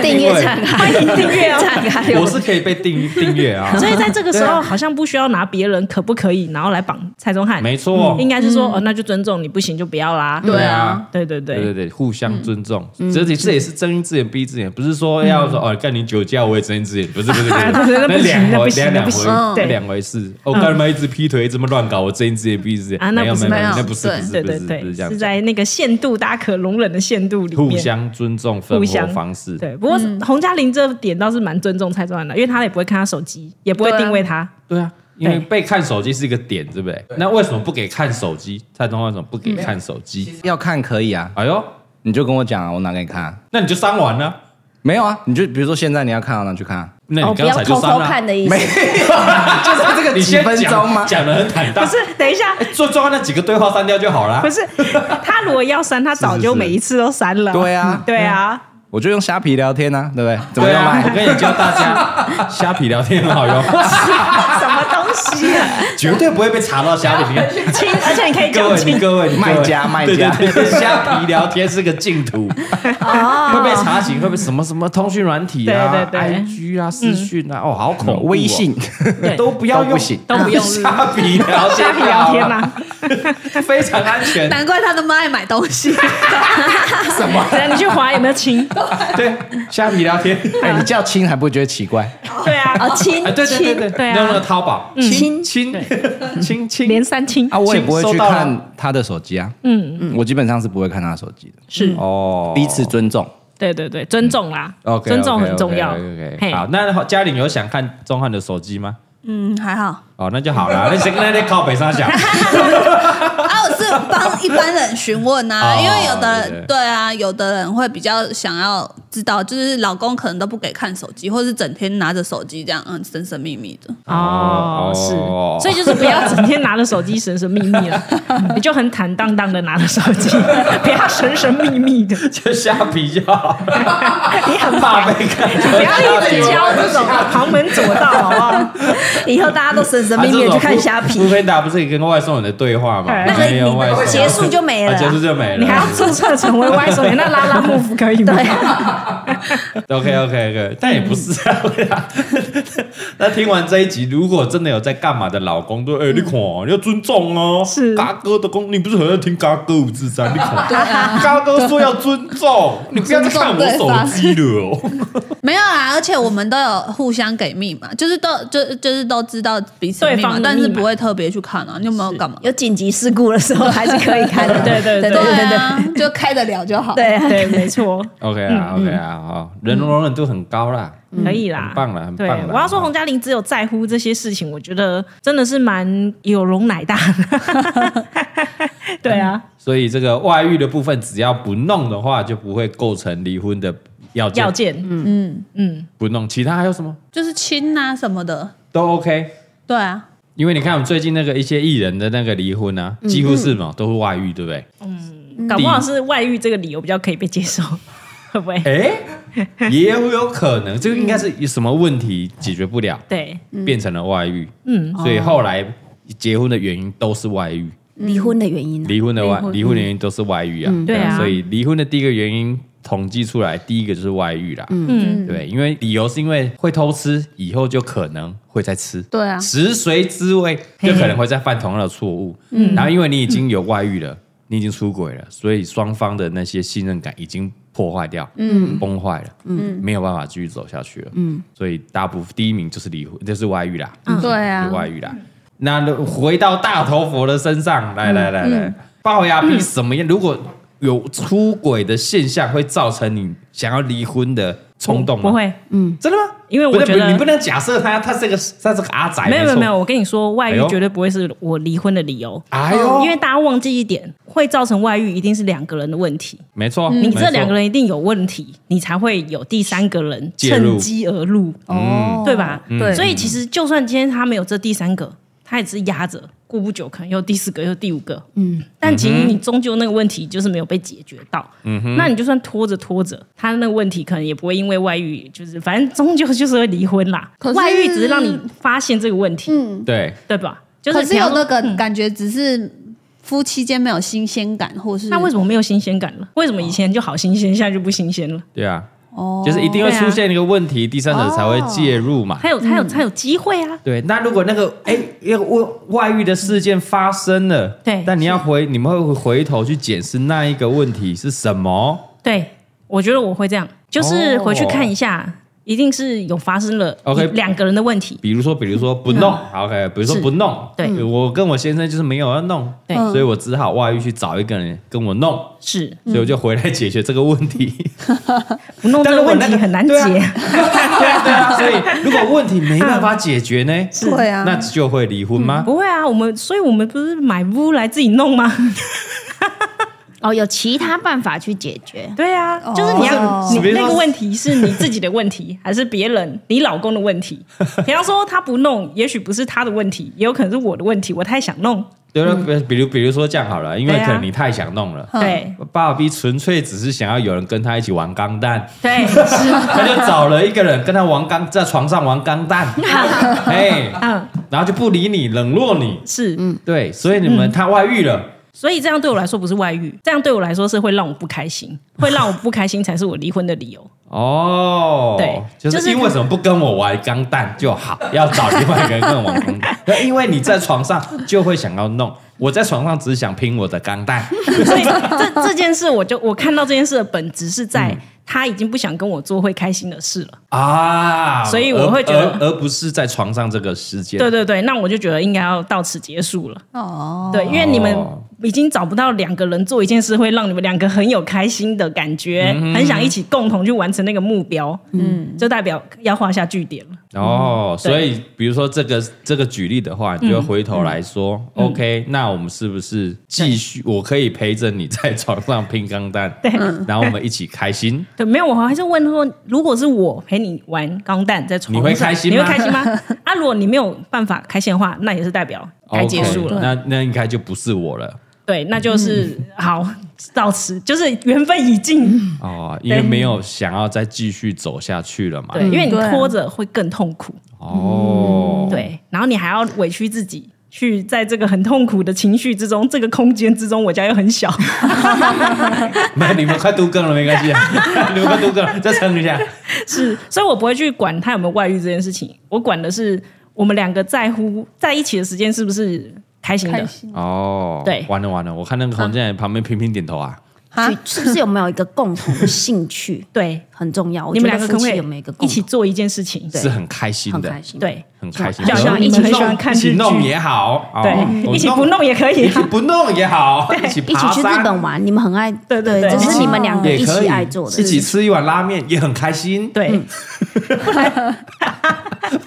订阅赞啊，欢迎订阅哦，赞啊，我是可以被订订阅 啊。所以在这个时对候，啊好像不需要拿别人可不可以，然后来绑蔡宗翰。没错嗯嗯应该是说，哦，那就尊重你，不行就不要啦。对啊，对对对对对对，互相尊重，嗯这也这也是睁一只眼闭一只眼，不是说要说哦，干你酒驾我也睁一只眼，不是不是不 啊是，对对那不行两那不回行两那两不回行对那两回事。哦，干嘛一直劈腿，一直这么乱搞，我睁一只眼闭一只啊眼，那没有不没是有没有没有那不是不对是不对是不对，是这样是子，在那个限度，大家可容忍的限度里面。互相尊重生活互相方式。对，不过洪嘉玲这点倒是蛮尊重蔡宗翰的，因为他也不会看他手机，也不会定位他。对啊，因为对被看手机是一个点，对不对？那为什么不给看手机？蔡东为什么不给看手机？要看可以啊，哎呦，你就跟我讲啊，我拿给你看、啊。那你就删完了。没有啊，你就比如说现在你要看啊，那去看啊。那你哦，不刚要才就偷删偷了啊，看的 意思，就是这个你几先分钟吗讲？讲的很坦不荡是，，等 一下，哎最重要那几个对话删掉就好了不。是他如果要删，他早就每一次都删了。对啊嗯对啊， 我就用虾皮聊天啊，对不对？怎么对样啊，我嘛？跟你教大家，虾皮聊天很好用，什么东西啊？绝对不会被查到虾皮。你看，亲，而且你可以各讲位，亲你。各位，你各位卖家卖家对对对，虾皮聊天是个净土，会被查询，会被什么什么通讯软体啊、对对对 IG 啊、私讯啊，哦，好恐怖哦，微信都不要都不用行，都不用 啊虾皮聊天， 虾皮聊天嘛，非常安全。难怪他那么爱买东西，等下你去划有没有 亲？对，虾皮聊天，哎，你叫亲还不觉得奇怪？对啊，哦，亲哎，对对对对啊用那个淘宝，亲亲 亲亲，连三亲啊，我也不会亲去收到了看他的手机啊。嗯，嗯，我基本上是不会看他的手机的。是，哦彼此尊重，对对对，尊重啦 OK，尊重很重要。嘿 OK，好，那嘉玲有想看钟汉的手机吗？嗯，还好哦，那就好 啦。那谁跟那靠北上讲？啊，我是帮一般人询问啊，哦因为有的对对人对啊，有的人会比较想要知道，就是老公可能都不给看手机，或是整天拿着手机这样，嗯，神神秘秘的。哦哦，是哦，所以就是不要整天拿着手机神神秘秘 了，你就很坦荡荡的拿着手机，不要神神秘秘的，就虾皮就好，你很怕烦，被看不要一直教这种旁门左 道，好不好？ 以后大家都神神秘秘地去看虾 皮，乌黑达啊不是跟外送员的对话吗？哎那个没有外送结束就没啊了啦结束就没了。你还要注册成为 Y 手员，那拉拉幕府 可以 吗？ OK OK OK，但也不是啊。对啊嗯 那听完这一集，如果真的有在干嘛的老公，都哎、你看哦，你要尊重哦。是嘎哥的公，你不是很爱听嘎哥五字三？你看， 啊嘎哥说要尊重，你不要再看我手机了哦。 没有啦，而且我们都有互相给密码，就是都就就是都知道彼此的对密方码，的但密是码不会特别去看啊。你有没有干嘛？有紧急事故的时候还是可以看的， 对对对对 对对啊，就开得了就好。对啊，对，没错， OK 啊嗯 OK 啊，好，人容忍度很高啦。可以嗯啦，很棒啦很对棒啦，我要说洪嘉玲只有在乎这些事情，我觉得真的是蛮有容乃大 的。对啊，所以这个外遇的部分，只要不弄的话，就不会构成离婚的要件。要件，嗯嗯不弄，其他还有什么就是亲啊什么的，都 OK。对啊，因为你看，我们最近那个一些艺人的那个离婚啊，嗯几乎是嘛都是外遇，对不对？嗯，搞不好是外遇这个理由比较可以被接受， 会不会？哎、也有可能，这个应该是有什么问题解决不了，对，变成了外遇，嗯，所以后来结婚的原因都是外遇，离婚的原因呢？离婚的外离婚的原因都是外遇啊，对啊所以离婚的第一个原因统计出来，第一个就是外遇啦。嗯，对，因为理由是因为会偷吃，以后就可能会再吃。对啊食髓知味，就可能会再犯同样的错误。嗯，然后因为你已经有外遇了，你已经出轨了，所以双方的那些信任感已经破坏掉，嗯，崩坏了，嗯，没有办法继续走下去了。嗯，啊所以大部分第一名就是离婚，就是外遇啦。对啊是外遇啦。那回到大头佛的身嗯上，来来来来，龅牙比什么样？如果有出轨的现象，会造成你想要离婚的冲动吗？不，会，真的吗？因为我不是觉得你不能假设他他是个他是个阿宅，没有没有错没有，，我跟你说，外哎遇呦绝对不会是我离婚的理由。哎呦，哦因为大家忘记一点，会造成外遇一定是两个人的问题，没错，你没错这两个人一定有问题，你才会有第三个人介入趁机而入，嗯对吧？哦对所以其实就算今天他没有这第三个，他也只是压着，过不久可能又第四个又第五个，嗯，但其实你终究那个问题就是没有被解决到，嗯哼，那你就算拖着拖着，他那个问题可能也不会因为外遇，就是反正终究就是会离婚啦可。是嗯外遇只是让你发现这个问题，对，对吧？就可是比方有说那个感觉，只是夫妻间没有新鲜感，或是那为什么没有新鲜感了？为什么以哦前就好新鲜，现在就不新鲜了？对啊，哦就是一定会出现一个问题，第三者才会啊介入嘛。还有，还有，嗯还有机会啊！对，那如果那个哎，一个外外遇的事件发生了，对但你要回，你们会回头去检视那一个问题是什么？对，我觉得我会这样，就是回去看一下，一定是有发生了哦 OK 两个人的问题。比如说，比如说不弄、o k 比如说嗯是不弄，对我跟我先生就是没有要弄，对嗯所以我只好外遇去找一个人跟我弄，是所以我就回来解决这个问题。 不弄这但个如果问那题个很难解，对啊 对啊对啊，所以如果问题没办法解决呢，是对啊那就会离婚吗？不会啊。我们所以我们不是买屋来自己弄 吗？哦，有其他办法去解决。对啊， 就是你要哦你是比如说那个问题是你自己的问 题，还是别人你老公的问题？比方说他不弄，也许不是他的问题，也有可能是我的问题，我太想弄。对啊，比如比如说这样好了，因为对啊可能你太想弄了。嗯对啊爸爸比纯粹只是想要有人跟他一起玩钢弹， 对，他就找了一个人跟他玩钢，在床上玩钢 弹，哎，嗯，然后就不理你，冷落你，是，对，所以你们他外遇了，所以这样对我来说不是外遇，这样对我来说是会让我不开心，会让我不开心才是我离婚的理由。哦，对就就是是因为什么不跟我玩钢弹就好，要找另外一个人跟我玩钢弹， 因为你在床上就会想要弄，我在床上只想拼我的钢 弹，所以这这件事，我就我看到这件事的本质是在嗯他已经不想跟我做会开心的事了。啊，所以我会觉得而而而不是在床上这个时间，对对对，那我就觉得应该要到此结束了。哦，对，因为你们哦已经找不到两个人做一件事会让你们两个很有开心的感觉，嗯很想一起共同去完成那个目标，嗯，就代表要画下句点了。哦，所以比如说这个这个举例的话，你就会回头来说、o 嗯 k 那我们是不是继续？我可以陪着你在床上拼钢弹，对然后我们一起开 心。对，没有，我还是问说，如果是我陪你玩钢弹在床上，你会开心吗你会开 心吗？啊，如果你没有办法开心的话，那也是代表该结束了。 OK，那那应该就不是我了对，那就是、嗯好到此，就是缘分已尽。哦，因为没有想要再继续走下去了嘛。对，因为你啊对拖着会更痛苦。 哦，，对，然后你还要委屈自己。去在这个很痛苦的情绪之中，这个空间之中，我家又很小， 那你们快度更了，没关系啊， 你们快度更了，再撑一下。是，所以我不会去管他有没有外遇这件事情，我管的是我们两个在乎在一起的时间是不是开心的开。心哦，对完了完了，我看那个黄健在旁边频频点头啊。啊去，是不是有没有一个共同的兴趣对，很重要？我你们觉两得个可夫不可妻以有没有一个共一同起做一件事情？对是很开心很的，开心？，对很开心，就好像一起你们喜欢看一起日剧弄也好，哦对，我一起不弄也可以一。嗯起不弄也好，一起一起爬去山日本玩，你们很爱，对对对只是你们两个也一可以起爱做的，一起吃一碗拉面也很开心。嗯对，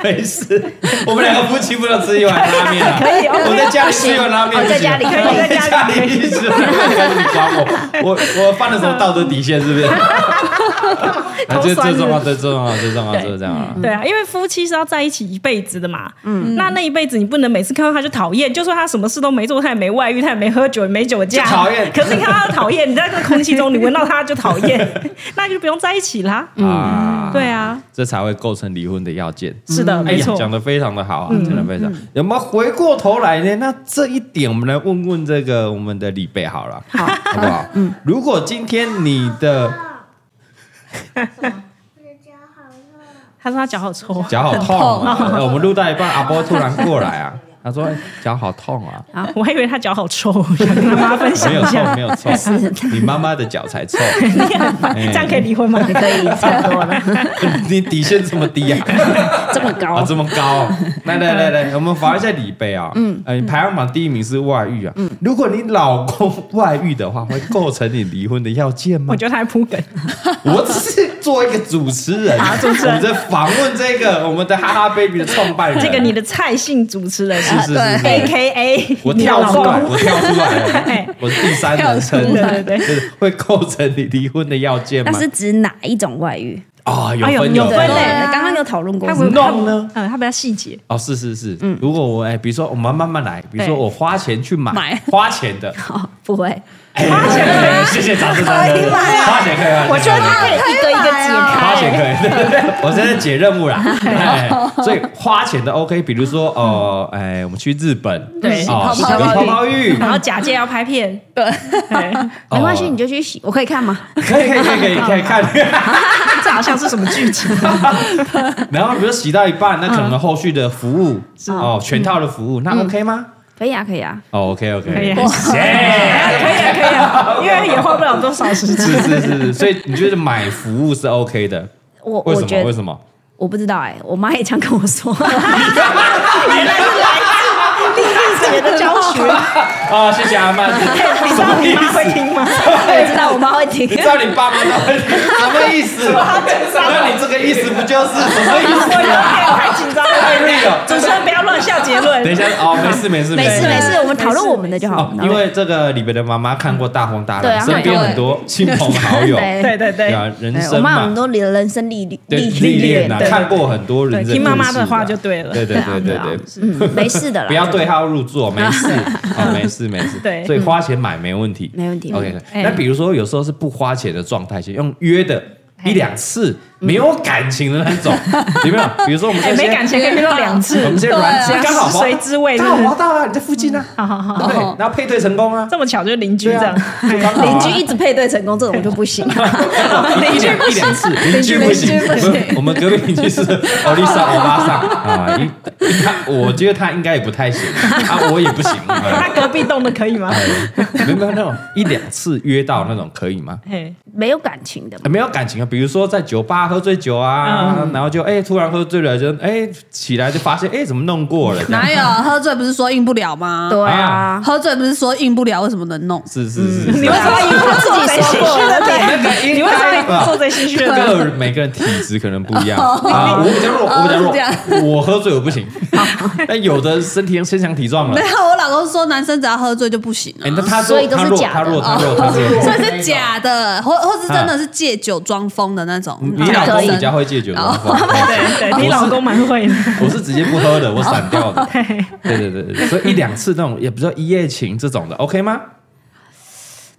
没事，我们两个夫妻不能吃一碗拉面啊？可以，我在家里吃一碗拉面哦不行，在家里可以我在家里一直你管我，我我犯了什么道德底线？ 是不是？啊，这这重要，这重要，这重要，对这这样啊。对啊，因为夫妻是要在一起一辈子的嘛。嗯，那那一辈子你不能每次看到他就讨厌，就算他什么事都没做，他也没外遇，他也没喝酒，也没酒驾，就讨厌可是你看到他讨厌，你在这个空气中你闻到他就讨 厌，那就不用在一起啦。啊，嗯对，啊，这才会构成离婚的要件。是的，哎没呀错，，嗯讲的非常的好啊，讲的非常。有没有回过头来呢？那这一点，我们来问问嗯这个我们的李贝好了，好不好？如果今天你的他说他脚好 臭，脚好痛啊！我们录到一半，阿波突然过来啊，他说哎脚好痛啊，啊，我还以为他脚好臭，想跟他妈分享没有一下。 错，没有错，你妈妈的脚才臭，哎这样可以离婚吗？可以差不多了， 你底线这么低啊？这么啊，高，这么高、来来来来，我们划一下李贝啊。嗯，呃，排行榜第一名是外遇嗯啊。如果你老公外遇的话，会构成你离婚的要件吗我？觉得他还铺梗，我只是做一个主持人，主持人在访问这个我们的哈哈 baby 的创办人。这个你的蔡姓主持人是是是，A 是。 K A，啊我跳出来，我对跳出来 哎了，我是第三人称，对对对就是会构成你离婚的要件那吗？是指哪一种外遇？啊，有哎呦分有分分有嘞对，刚刚有讨论过他。不弄呢？嗯，他比较细节，哦，是是是，如果我哎，比如说我们慢慢来，比如说对我花钱去买买花钱的，哦，不会，花钱可以，谢谢掌声，掌声，花钱可以，我觉哎他可以一个一个解花开。钱可以，对对对，我现在解任务啦，哎所以花钱的 OK，比如说呃，哎，我们去日本，对哦，洗泡有泡浴泡泡 浴，然后假借要拍片，对，哦没关系，你就去洗。我可以 看吗？可以可以可以可以可以看，这好像是什么剧情？然后比如说洗到一半，那可能后续的服务哦，全套的服务，那 OK 吗？可以啊，可以啊。哦，OK 可以 OK，啊，可以啊，可以啊，因为也花不了多少时间。是是是是，所以你觉得买服务是 OK 的？我为我什觉么？为得什么？我不知道哎，我妈也这样跟我 说。自己的教学， 啊，谢谢阿曼，你知什道么你意妈会思？听吗？我知道我妈会听你。知道你爸妈都会什么意思？那你这个意思不就是什么意思？我有太紧张太了， real 了。主持人不要乱下结论。等一下哦，没事没事 没事事没事，我们讨论我们的就好哦。，然因后为这个李贝的妈妈看过大风大对啊浪，身边很多亲朋好友，对对对对对，啊，人对我生妈有很嘛，多人生历历对历历练啊，对看过很多人生对听妈妈故事的话就对了啊对对对对啊对，嗯，没事的啦， 不要对号入座，没 事，哦，没事没事，对所以花钱买没问题，没问题 OK，哎那比如说有时候是不花钱的状态下，用约的一两次嗯没有感情的那 种，有没有？比如说我们哎，这没些，感情可以录两我次们，这些软件刚好滑水之味是刚不好是滑啊到啊，你在附近啊，好好好，对不对哦，然后配对成功啊，这么巧就是邻居对这啊样，，就刚好 邻啊居一直配对成功，这种就不行。啊 一两一两次，邻居不不行行，我们我们隔壁邻居是哦奥利莎欧巴桑啊，一他我觉得他应该也不太行啊，我也不 行，他哎隔壁栋的可以吗？哎没有没有那种一两次约到那种可以吗？嘿，没有感情的嘛，没有感情啊，比如说在酒吧喝醉酒啊，然后就哎、突然喝醉了，就哎、起来就发现哎、怎么弄过了？这样 哪有喝醉不是说硬不了吗？对 啊嗯啊，喝醉不是说硬不了，为什么能弄？是是是，你为什么一副自己心虚的那个脸？你应为该啊什么做吧。贼心虚的个脸？人每个人体质可能不一样啊，我比较弱，我比较哦是这样弱，我喝醉我不行，但有的身体身强体壮了没，有，我老公说男生只要喝醉就不行了、哎，那他所以都他是弱，假的他弱，他弱，他弱，所以是假的，或或是真的是借酒装疯的那种。嗯你老公比较会戒酒，我发现对对，你老公蛮会的。 我是直接不喝哦的，我散掉的。对对对对，所以一两次那种，也不知道一夜情这种的，OK 吗？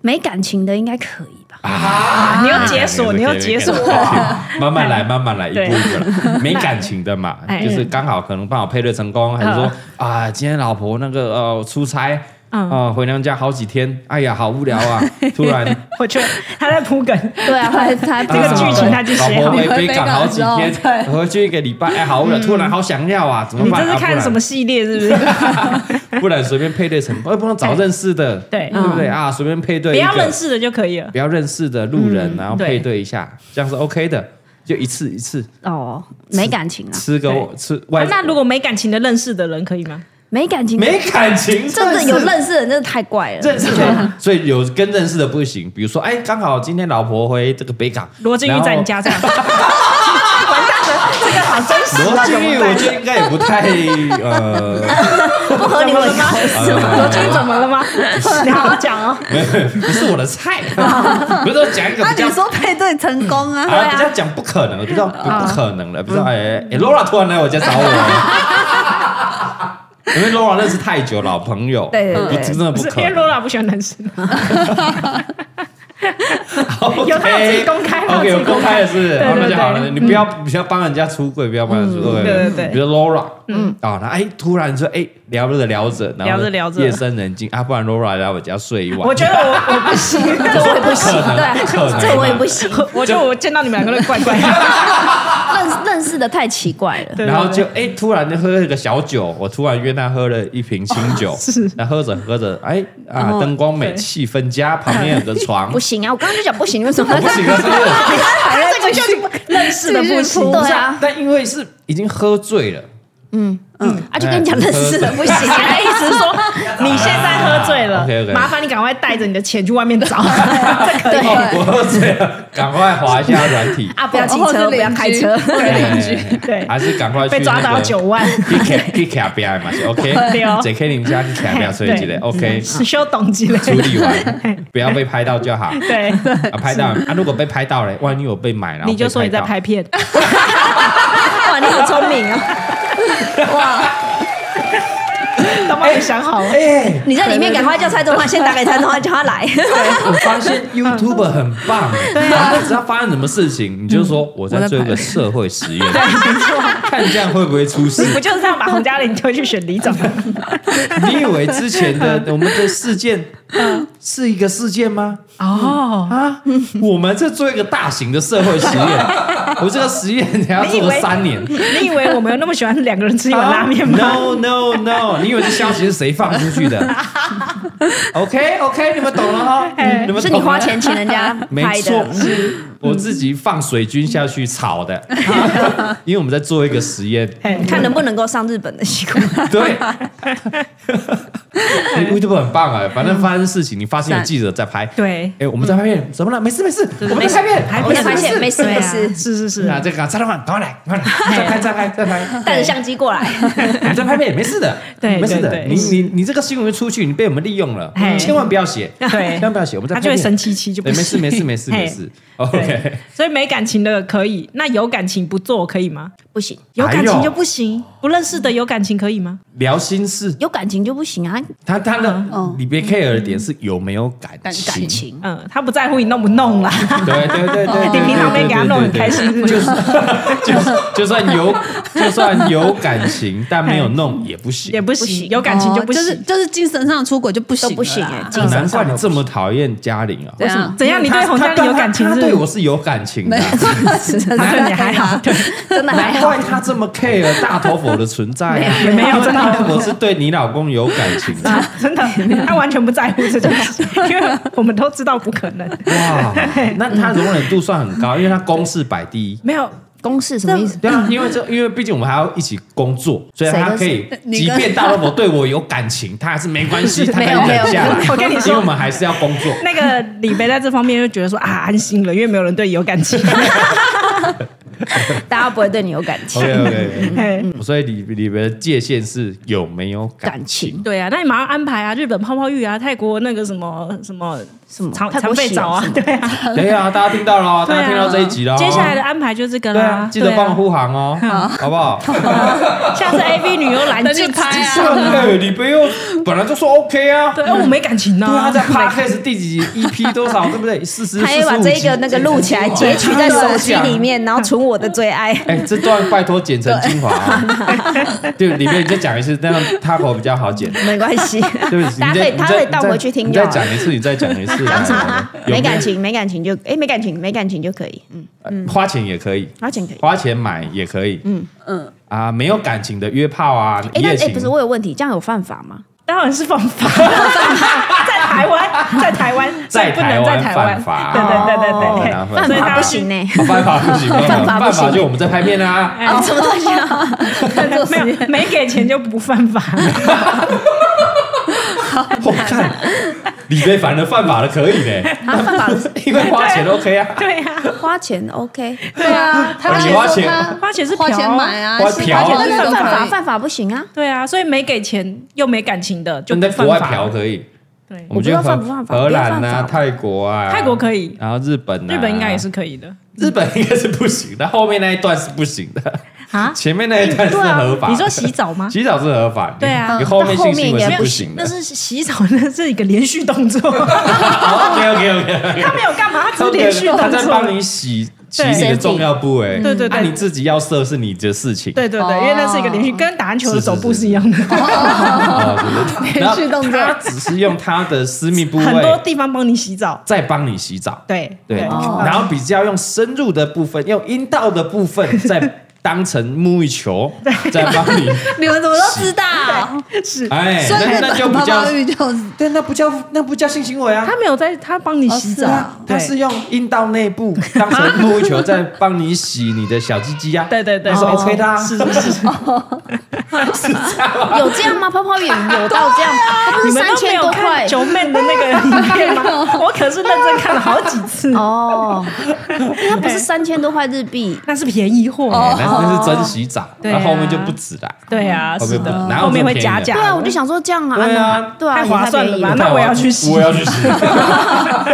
没感情的应该可以吧？啊你要解锁，你要解锁。 慢慢来，慢慢来，一步对一步来，没感情的嘛， 哎嗯就是刚好可能帮我配对成功，还是说啊，今天老婆那个呃出差。啊、嗯回娘家好几天，哎呀，好无聊 啊！突然，我觉得他在铺梗， 对啊，他他这个剧情他就写好老婆回你会北被港赶好几走天，回去一个礼拜，哎，好无聊，突然好想要啊，怎么嗯你办？这是啊 不看然什么系列是不是？不然随便配对成功，呃，不能找认识的，对嗯对不对啊？随便配对不一个，要认识的就可以了。不要认识的路人，然后嗯对啊配对一下，这样是 OK 的，就一次一次哦，没感情啊，吃个对吃外。那如果没感情的认识的人可以吗？没感情，没感情，真的算是有认识的人真的太怪了。认识的，所以有跟认识的不行。比如说，哎，刚好今天老婆回这个北港，罗晋玉在你家这样， 完蛋了，这个好真实啊然后。罗晋玉我觉得应该也不太呃，不合理了吗？罗晋玉怎么了吗？呃 你好好讲哦。没有不是我的菜，不是说讲一个啊，比较你。说配对成功啊？啊，比较讲不可能的，比较不嗯不可能的，比较哎哎，Laura 突然来我家找我， 因为 Laura 认识太久，老朋友，对对对不真的不不是，可因为能。 Lola 不喜欢男生。有他有自己公开，他 OK，有有自己公开的是，对好那对就好了。对，嗯你不要，不要帮人家出柜，不要帮人家出柜。对对对比如 Laura，嗯，啊，那哎，突然说，哎，聊着聊着，然后聊着聊着夜深人静啊，不然 Laura 来我家睡一晚。我觉得我我不行， 这我也不行， 对，啊这我也不行，我觉得我见到你们两个人怪怪的，认认识的太奇怪了。对啊然后就哎、突然就喝了个小酒，我突然约他喝了一瓶清酒， 是那喝着喝着，哎啊后，灯光美，对气氛佳，旁边有个床不，行啊！我刚刚就讲不行，为什么 我？不行了，是不是？这个就是认识的不行，，对啊，但因为是已经喝醉了，啊，就跟你讲认识的不行。他的意思 是说你现在喝醉了啊 OK，OK 麻烦你赶快带着你的钱去外 面找。哦，我喝醉了，赶快滑一下软 体啊，不 要骑或者是车，不要邻开居车，哎对还是赶快去被抓到九 万， ，K K K B I 嘛是 对哦，OK，J K 你们家 K K B I 啊所以几类对，OK，是修董之类处的。理完，不要被拍到就好。 对，啊，拍到啊，如果被拍到了，万一我被买了，你就说你在然后被拍片，哇，你好聪明 啊！都帮你想好了。哎你在里面赶快叫蔡宗汉，先打给蔡宗汉，叫他 来。我发现嗯 YouTube 很棒，啊对只要发生什么事情，你就说嗯我在做一个社会实验，看这样会不会出事？不就是这样把洪嘉玲推去选里长吗？你以为之前 的我们的事件嗯是一个事件吗？哦，啊，我们在做一个大型的社会 实验，我这个实验你要你以做为三年。啊你以为我们有那么喜欢两个人吃一碗拉面吗？ No no no！你以为 这消息是谁放出 去的？OK OK，你们懂了哈？哎们是懂你了花钱请人家没拍错嗯的，，我自己放水军下去炒 的，因为我们在做一个实验。哎看能不能够上日本的习惯。对， 你 YouTube 很棒啊，反正发生事情，你发现有记者在拍，对哎，我们在拍片，怎么了？没事没事，我们没事在拍片，哦还我我们在才发拍现片，没事没事，是是是，啊，这个啊蔡老板，赶快来，赶快来， 再拍再拍再啊拍，带着相机过来。我们在拍片，没事的，对没事的对，你对你你这个新闻出去，你被我们利用了嘿，千万不要写，对千万不要写，我们在他拍就会片，神七七就不对，没事行没事没事没。事，OK 对。， 所以没感情的可以，那有感情不做可以吗？不行，有感哎情呦就不行，不认识的有感情可以吗？聊心事，有感情就不行啊！他他的哦嗯你别 care 的点是有没有感感情感，情嗯，他不在乎你弄不弄啦，对对对对对， 你平常没给他弄很开心，是不是？就就算有就算有感 情，但没有弄也不行也。不行，有感情就不哦就是行。就是精神上出轨就不行都不行了啦啊哎，嗯精神难怪上你这么讨厌嘉玲啊！对 啊，怎样？你对洪嘉玲有感情他是对不我是？是有感情的没有啊，，他对你还好，啊对真的还好，难怪他这么 care 大头佛的存在啊。没有因为真的大头佛是对你老公有感情 的。真的，他完全不在乎这件 事，因为我们都知道不可能。哇，那他容忍度算很高，因为他公事摆第一。没有，公式什么意思？ 对啊，因为这，因为毕竟我们还要一起工作，所以谁他跟可以谁，你即跟便大老婆对我有感情，他还是没关 系，他可以没有没有忍下来。我跟你说因为我们还是要工 作。那个李贝在这方面就觉得说啊，安心了，因为没有人对你有感情。大家不会对你有感情。 OK OK，嘿所以里里边的界限是有没有感感情对啊，那你马上安排啊，日本泡泡浴啊，泰国那个什么什么什么长泰长国肺洗澡澡啊什，么对啊，对啊，大家听到了哦，对 啊大家听到这一集了哦。接下来的安排就这个对啦啊，，记得对啊帮我护航哦，好不好？下次 AV 女优来那你就就拍啊这个里边又本来就说 OK 啊，对，哦我没感情对啊，呐，在 Podcast 第几集 EP 多少，对不对？四十， 他也把45这个集那个录起来，截取在手机 里啊面，然后存我的最爱。 哎、这段拜托剪成精华、 啊，对，里面你再讲一次，这样 taco 比较好剪。 没关系， 对不起，大家可你再以大家可以倒回去听你就再好你再讲一次，你再讲一 次，讲什么啊啊？有没感情，没感情就哎，没感情，没感情就可以，嗯，呃花钱也可以，花钱可以。花钱买也可以，嗯嗯嗯啊，没有感情的约炮啊，哎，夜但哎，情不是，我有问题，这样有犯法吗？当然是犯法，在台湾，在台湾，所以不能在在台台湾犯湾法对对对对对哦对，然后犯所以大法家不欸行呢。啊办法 不行，办办法法办不行法就我们在拍片啊，哎什么东西啊？ 没有没给钱就不犯法，我看里面反而犯法的可以呢，啊，犯法 因为花钱 OK 啊，对呀，花钱 OK，对啊，他你花钱花钱是花嫖钱啊买啊，花是嫖花但钱是都哦犯法可以。犯法不行啊。对啊，所以没给钱又没感情的就你不在犯国外法嫖。可以，对我，们就我不知道荷犯不犯法荷兰不啊、犯法泰国啊、泰国可以，然后日本、啊，日本应该也是，可以的。日本应该是不行的，后面那一段是不行的。啊，前面那一段是对啊合法的，你说洗澡吗？洗澡是合法的，对啊你后面性行为但后面也是没不行的那。是洗澡，那是一个连续动 作，哦 OK OK OK，他没有干嘛，他只是连续动他在帮作。你洗洗对你的重要部位，对对对啊你自己要射是你的事情，对对哦对，因为那是一个连续，跟打篮球的手部是是是是一样的，啊，对对对然连续后动作他只是用他的私密部 很多位地方帮你洗澡。再帮你洗澡，对对，哦然后比较用深入的部分，用阴道的部分再当成沐浴 球，再帮你，你们怎么都知道？哎，所以那那就哎不泡叫泡，浴就是对，那不叫那不叫性行为啊，他没有在，他帮你洗澡哦是啊，对它是用阴道内 部当成沐浴球在帮你洗你的小鸡鸡啊，对对对那是没错 OK 的啊，是是哦是，有这样吗？泡泡浴有到这 样，它不你是三们都没千有多看块九妹的那个影片吗？ 我可是认真看了好几次，哦，因为它不 是三千多块日币，那是便宜货。哦哎那那是真洗澡，对啊那后面就不止啦。对啊，嗯后是面不的，哪有后面这么会便宜加的价。对啊，我就想说这样啊，对啊那对啊，太划算了吧也太便宜那我也要去洗我要去 洗。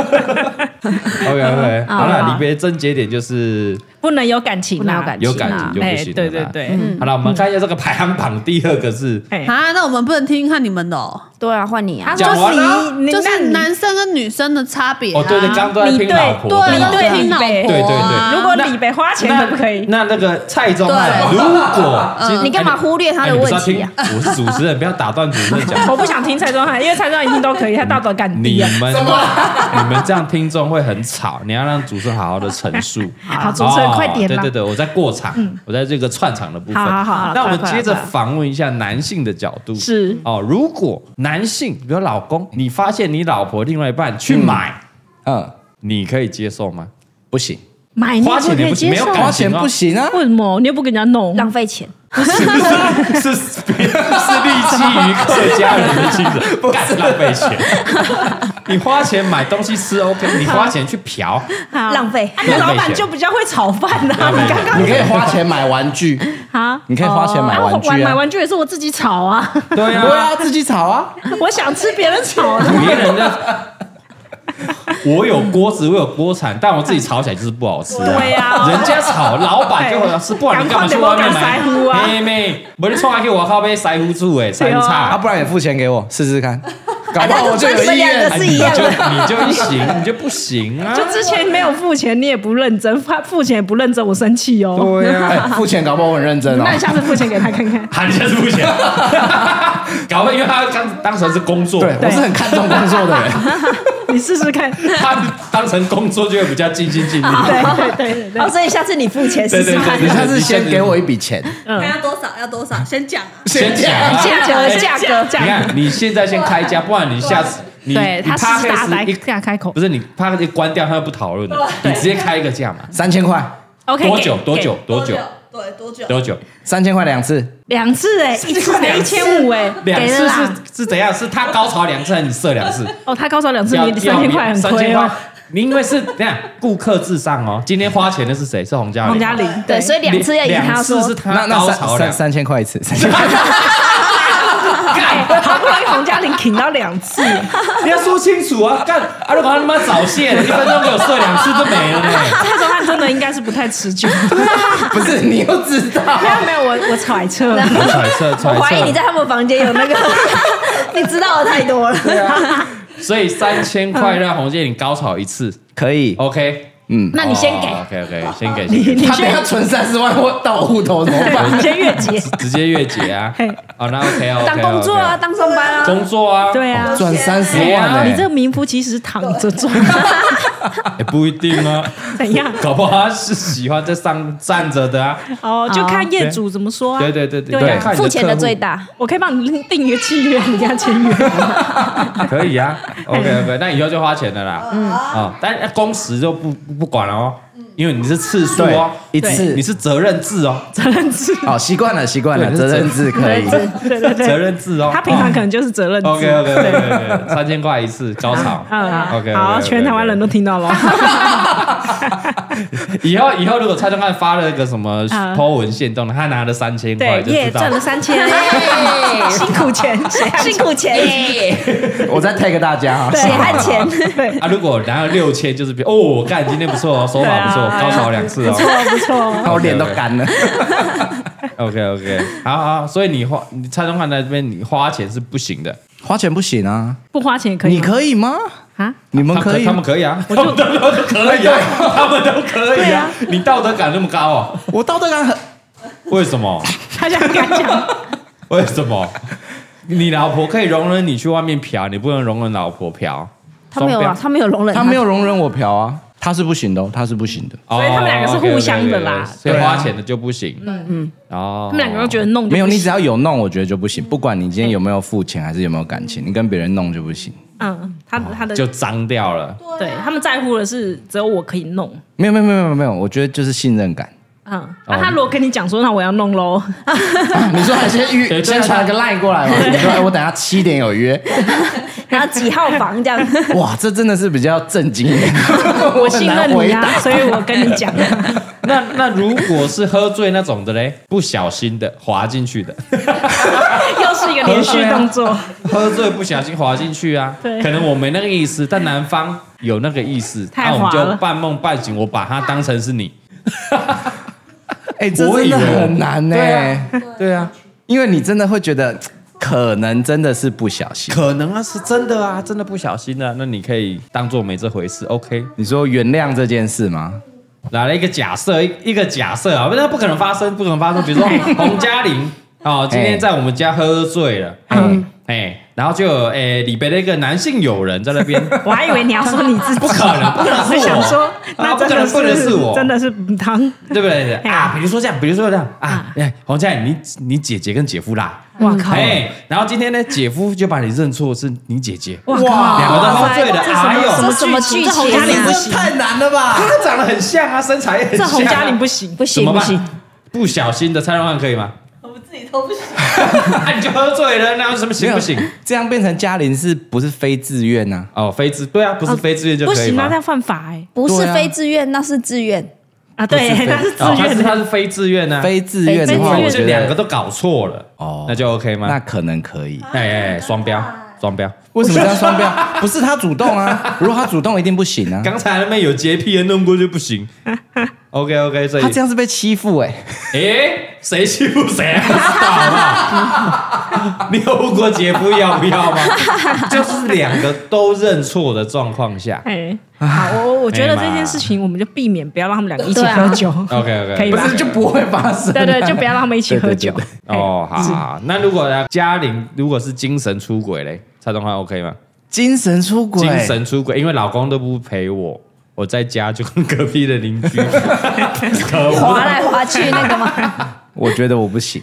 OK OK，好了，好离别正节点就是不能有感情啦，啊不能有感啊嗯有感情就不哎，行了对啦。对对，好了，我们看一下这个排行榜，第二个是哎，啊，那我们不能听听看你们的哦，对啊，换你啊，讲完了。你就是那你男生跟女生的差别啊。哦，对对，刚刚都在你听对老婆，对吧对，对都听老婆啊。对对对如果李北花钱可不可以？嗯那那个蔡宗翰，对如果今你干嘛忽略他哎的你不问是要题听啊？我是主持人，不要打断主持人讲 。我不想听蔡宗翰，因为蔡宗翰一定都可以，他道德感你低啊。们你们这样听众会很吵，你要让主持人好好的陈述。 好主持人哦快点对啦对对，我在过场，我在这个串场的部分。好好好好那我快快接着快访问一下男性的角度。是哦，如果男性，比如老公，你发现你老婆另外一半去买，嗯，你可以接受吗？不行，买你也花不钱可也以不行，接没有受，感花情钱哦不行啊。为什么你又不给人家弄？浪费钱，是是别是立基于客家人的精神，不敢浪费钱。你花钱买东西吃 OK，你花钱去嫖，浪费。啊，你老板就比较会炒饭呐、啊，浪费你钱刚刚你可以花钱买玩具， 啊，你可以花钱买啊玩我玩具买啊。玩具也是我自己 炒啊，对对啊，啊，自己炒啊。我想吃别人炒啊的。别人的。 我有锅子，我有锅铲，但我自己炒起来就是不好吃、对啊人家炒，老板就好吃，不然你干嘛去外面买赶快就没有干？妹妹，我就冲来给我靠杯塞糊住哎，三对叉啊，不然你付钱给 我试试看，搞啊不好我就有你们意两愿个。是一样的。你就你就行，你就不行啊 就！之前没有付钱，你也不认真，付付钱也不认真，我生气哦。对啊，哎付钱搞不好我很认真哦那。你下次付钱给他 看看。喊一下是不行，搞不好因为他当当成是工作，对，我是很看重工作的人。你试试看。他当成工作就会比较尽心尽力。 啊对对对对对哦，，所以下次你付钱对试对试对看。对， 你下次先给我一笔钱，看要多少要多少，先讲啊。先讲啊。价格价格价你格，看，你现在先开价，不然你下次你对你他趴狮子大开开始一大开口不。是你趴一关掉，他又不讨论了，你直接开一个价嘛？三千块， OK，多给久？多久？？多久？？对，多久？多久？三千块两次给，两次哎，一次才一千五哎，两给了次啦。是是怎样？是他高潮两次，还是你射两 次？哦，他高潮两次，要你三千块很三亏千哦块。。你因为是这样，顾客至上哦。今天花钱的是谁？是洪嘉玲。王嘉玲，对，所以两次要赢他两次说是他那那高三潮三两三千块一次，三千 哎好不容易洪嘉玲挺到两次，你要说清楚啊！干啊！如果他他妈早泄，一分钟给我射两次就没了呢。蔡宗翰真的应该是不太持久。 不是你又知道，没有没有，我我揣测。我揣测，我揣怀疑你在他们房间有那个，你知道的太多了。所以三千块让洪建你高潮一次可以。 ，OK？嗯，那你哦先给， OK OK，先给，先给他等下存三十万我到我户头怎么 办？你先越 级，直接越解啊嘿！哦，那 OK 哦，当工作啊，，当上班啊。工作啊，对啊。赚三十哎万欸呀呢？你这个名副其实躺着 赚，也不一定啊，怎样？搞不好他是喜欢在上站着的啊。哦，就看业主怎么说啊。对对对对对啊，看你付钱的客户最大，我可以帮你另定一个契约，你跟他签约。 可以啊，OK OK，那以后就花钱的啦，嗯啊，但工时就不不不管了哦，因为你是次数哦，对一次你是责任制哦，好习惯了，习惯了，对责任制可以。对对责对，任制哦，他平常可能就是责任制。 OK OK OK，三千块一次高潮，嗯 OK，好，全台湾人都听到了。以后以后如果蔡宗汉发了一个什么啊 Po 文限动，他拿了三千块对，就耶，知道赚了三千，辛苦钱，辛苦钱，我再 take 大家啊， 血汗钱，啊，如果拿了六千就是比哦，干今天不错哦，手法不错我高潮两次哦。 不错，我脸都干了。 OK OK，好好，所以你花你蔡宗翰在这边，你花钱是不行的。花钱不行啊，不花钱也可以你吗可以吗？啊？你们他可以他们吗？可以啊，他们都可以 啊，他们都可以啊。你道德感那么高哦？我道德感很，为什么？他想敢讲，为什 么？你老婆可以容忍你去外面嫖，你不能容忍老婆嫖。他没有啊，双他没有容忍， 他没有容忍我嫖啊，他是不行的哦，他是不行的。标，所以他们两个是哦，OK，OK，OK，互相的啦所以对啊花钱的就不行。嗯嗯，哦，他们两个都觉得得弄就不行没有，你只要有弄，我觉得就不行。不管你今天有没有付钱，还是有没有感情，你跟别人弄就不行。嗯，他他的就脏掉了。对他们在乎的是只有我可以弄。没有，没有，没有，没有，没有。我觉得就是信任 感。嗯，啊，他如果跟你讲说，那我要弄喽，你说还先对预对先传个赖过 来嘛？你说哎，我等下七点有约。然后几号房这样，哇，这真的是比较震惊。 我 我很信难任回你答。啊，所以我跟你讲，那那如果是喝醉那种的嘞，不小心的滑进去 的，又是一个连续动作，喝醉不小心滑进去啊。对可能我没那个意思，但男方有那个意思，太那我们滑了就半梦半醒，我把他当成是你。哎，这我以真为的很难呢、对啊对啊， 因为你真的会觉得，可能真的是不小心。可能啊，是真的啊，真的不小心的、那你可以当做没这回事，OK？你说原谅这件事吗？来了一个假设，一一个假设啊，那不可能发生，不可能发生。比 如说哎洪嘉玲哦，今天在我们家喝醉了，嗯，哎，然后就有哎里边的一个男性友人在那 边，我还以为你要说你自己，不可能，不可能是我我，想说，那啊不真可的能不能是我，真的是母汤，对不对？嘿啊，比如说这样，比如说这样啊，哎，洪嘉玲，你你姐姐跟姐夫啦，哇靠，哎，然后今天呢，姐夫就把你认错是你姐姐，哇靠，两个都喝醉了，这什么哎什呦么，什么剧这情洪嘉玲不啊？行，太难了吧？他长得很像啊，身材也很这像啊，洪嘉玲不行，不怎行么不办行，？不小心的蔡荣汉可以吗？我们自己都不行。 啊，你就喝醉了，那有什么行不行没？有？这样变成嘉玲是不是非自愿呢、哦，非自对啊，不是非自愿就不可以行啊，吗？那犯法哎，不对是啊非自愿，那是自愿。啊，对，那是自哦他愿是他的，是非自愿呢，啊哎非自愿的的话，话，我我觉就得两个都搞错了，哦哦，那就 OK 那吗？可能可以。哎哎，双标，啊双标。为什么这样双标？不是他主动 啊，如果他主动一定不行啊。刚才那边有洁癖的弄过就不行。OK OK，所以他这样是被欺负哎、哎，谁欺负谁啊？不知道好不好？ 你有问过姐夫要不要 吗？就是两个都认错的状况下。哎，好，我我觉得这件事情我们就避免不要让他们两个一起喝酒 OK OK，可以吧不是就不会发生、啊对对，就不要让他们一起喝酒对对。哦，好好好，那如果呢？嘉玲如果是精神出轨嘞，蔡东汉 OK 吗？精神出轨，精神出轨，因为老公都不陪我，我在家就跟隔壁的邻 居可恶滑来滑去那个吗？我觉得我不行，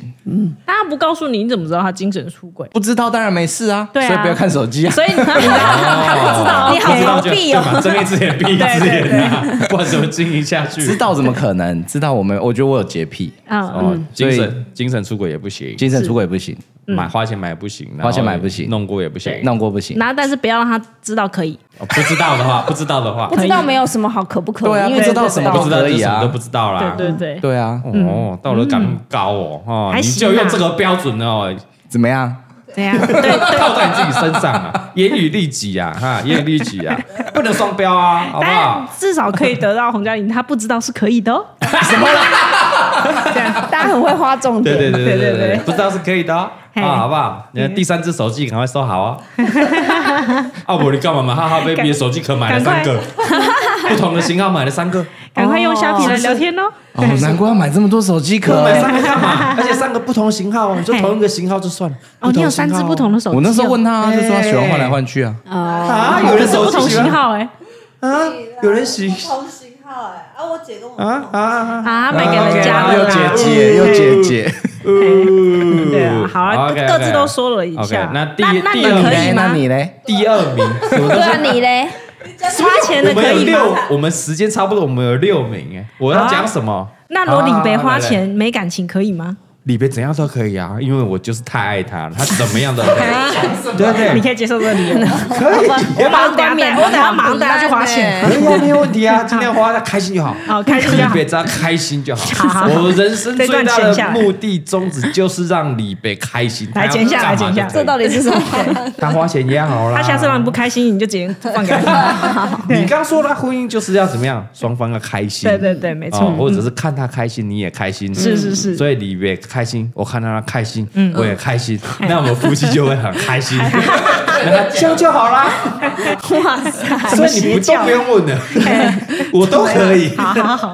大家不告诉你，你怎么知道他精神出轨？不知道当然没事啊，对啊所以不要看手机啊。所 以你他不哦知道，你好不知道逃就避哦就嘛睁一只眼闭一只眼啊，不然怎么经营下去？知道怎么可能？知道我们，我觉得我有洁癖，嗯，哦，精所神精神出轨也不行，精神出轨不行，买花钱买也不行，然后花钱买不行弄过也不行。弄过不行。然后但是不要让他知道可以，哦不知道的 话，不知道的话不，知道没有什么好可不可对啊以，因为不知道这什么不知道可就以什啊么都不知道啦。对对对，对啊，哦，道德感高哦，哦，还你行就啊用这个标准哦，怎么样？这样对套在你自己身上啊，严以律己啊，哈，严以律己 啊，不能双标啊，好不但好？至少可以得到洪嘉玲，他不知道是可以的 哦。 大家很会划重对点。对对对对对对对，不知道是可以的哦嘿啊，好不好？你的第三只手机赶快收好 哦。啊，我你干嘛嘛？哈哈，baby 的手机壳买了三个， 不同的型号买了三个，赶快用虾皮来聊天哦。哦，难怪要买这么多手机壳。买三个干嘛？而且三个不同型号哦，你说同一个型号就算了。哦，你有三只不同的手机哦，我那时候问他啊，哎就说他喜欢换来换去啊。哦啊，有人可是手不机同喜型欢号哎啊，有人喜不同型号哎，啊，我姐跟我啊啊啊啊！啊，买给人家又了姐啦。嗯姐，又姐姐。对啊，好啊，哦 OK，OK 各自都说了一 OK，下。那第那第你二名们可嘞以哎那吗？你嘞？第二名， 我对啊，你嘞？花钱的们可有以吗？六，我们时间差不多，我们有六名哎，我要讲什么？那罗领北花啊来钱没感情可以吗？李别怎样都可以啊，因为我就是太爱他了，他怎么样 都可啊以，对不对？你可以接受这个理 由，我马上等下我等下马上带他去花钱。可以啊，没有问题啊，今天花的开心就好。好开心就好李北只要开心就好好好。好我人生最大这段剪下的来目的宗旨就是让李北开心。来他要剪下来干嘛剪下都可以这到底是什么？他花钱也好啦。他下次让你不开心，你就直接放给他。 你刚说他婚姻就是要怎么样，双方要开心。对对对，没错嗯哦，，或者是看他开心，你也开心，是是是嗯所以李北开心，我看到他开心，我也开心，那我们夫妻就会很开 心，那这样就好啦。哇 塞！所以你不都不用 问的，我都可以，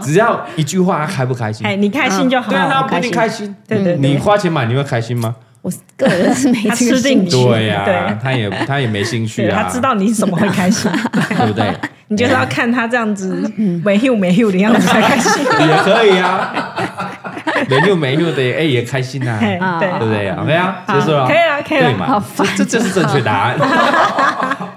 只要一句话，他开不开心？哎，你开心就好。对啊，他我不一定开心。嗯对对对你花钱买，你会开心吗？我个人是没他这个吃兴定趣。你，对呀、 对他也他也没兴趣对，啊，他知道你怎么会开 心，对不对？ 你就是要看他这样子嗯没 h 没 h 的样子才开 心。也可以啊，没又没又的，哎、也开心啊，哎对对，不对啊？没啊，好结束了，可以了可以了对嘛？这这就是正确答 案，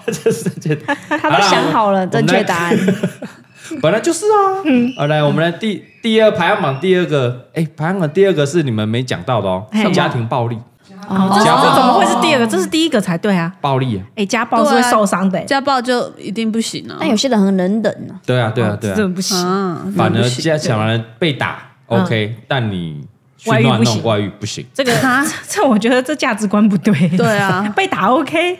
这是正确答案。他都想好了正确答案我。们来， 本来就是啊。嗯好，来，我们来第第二排行榜第二个，哎，排行榜第二个是你们没讲到的哦嘿，家庭暴力，这家这怎暴么会是第二个？这是第一个才对啊！暴力啊，哎，家暴是会受伤的，家暴就一定不行啊但。有些人很能忍呢，对啊，对啊，对啊哦这，不嗯行。啊，反那而不行家反而被打嗯，OK，但你去外遇乱不行弄外遇不行，这个啊这我觉得这价值观不对。对啊 被 打 OK，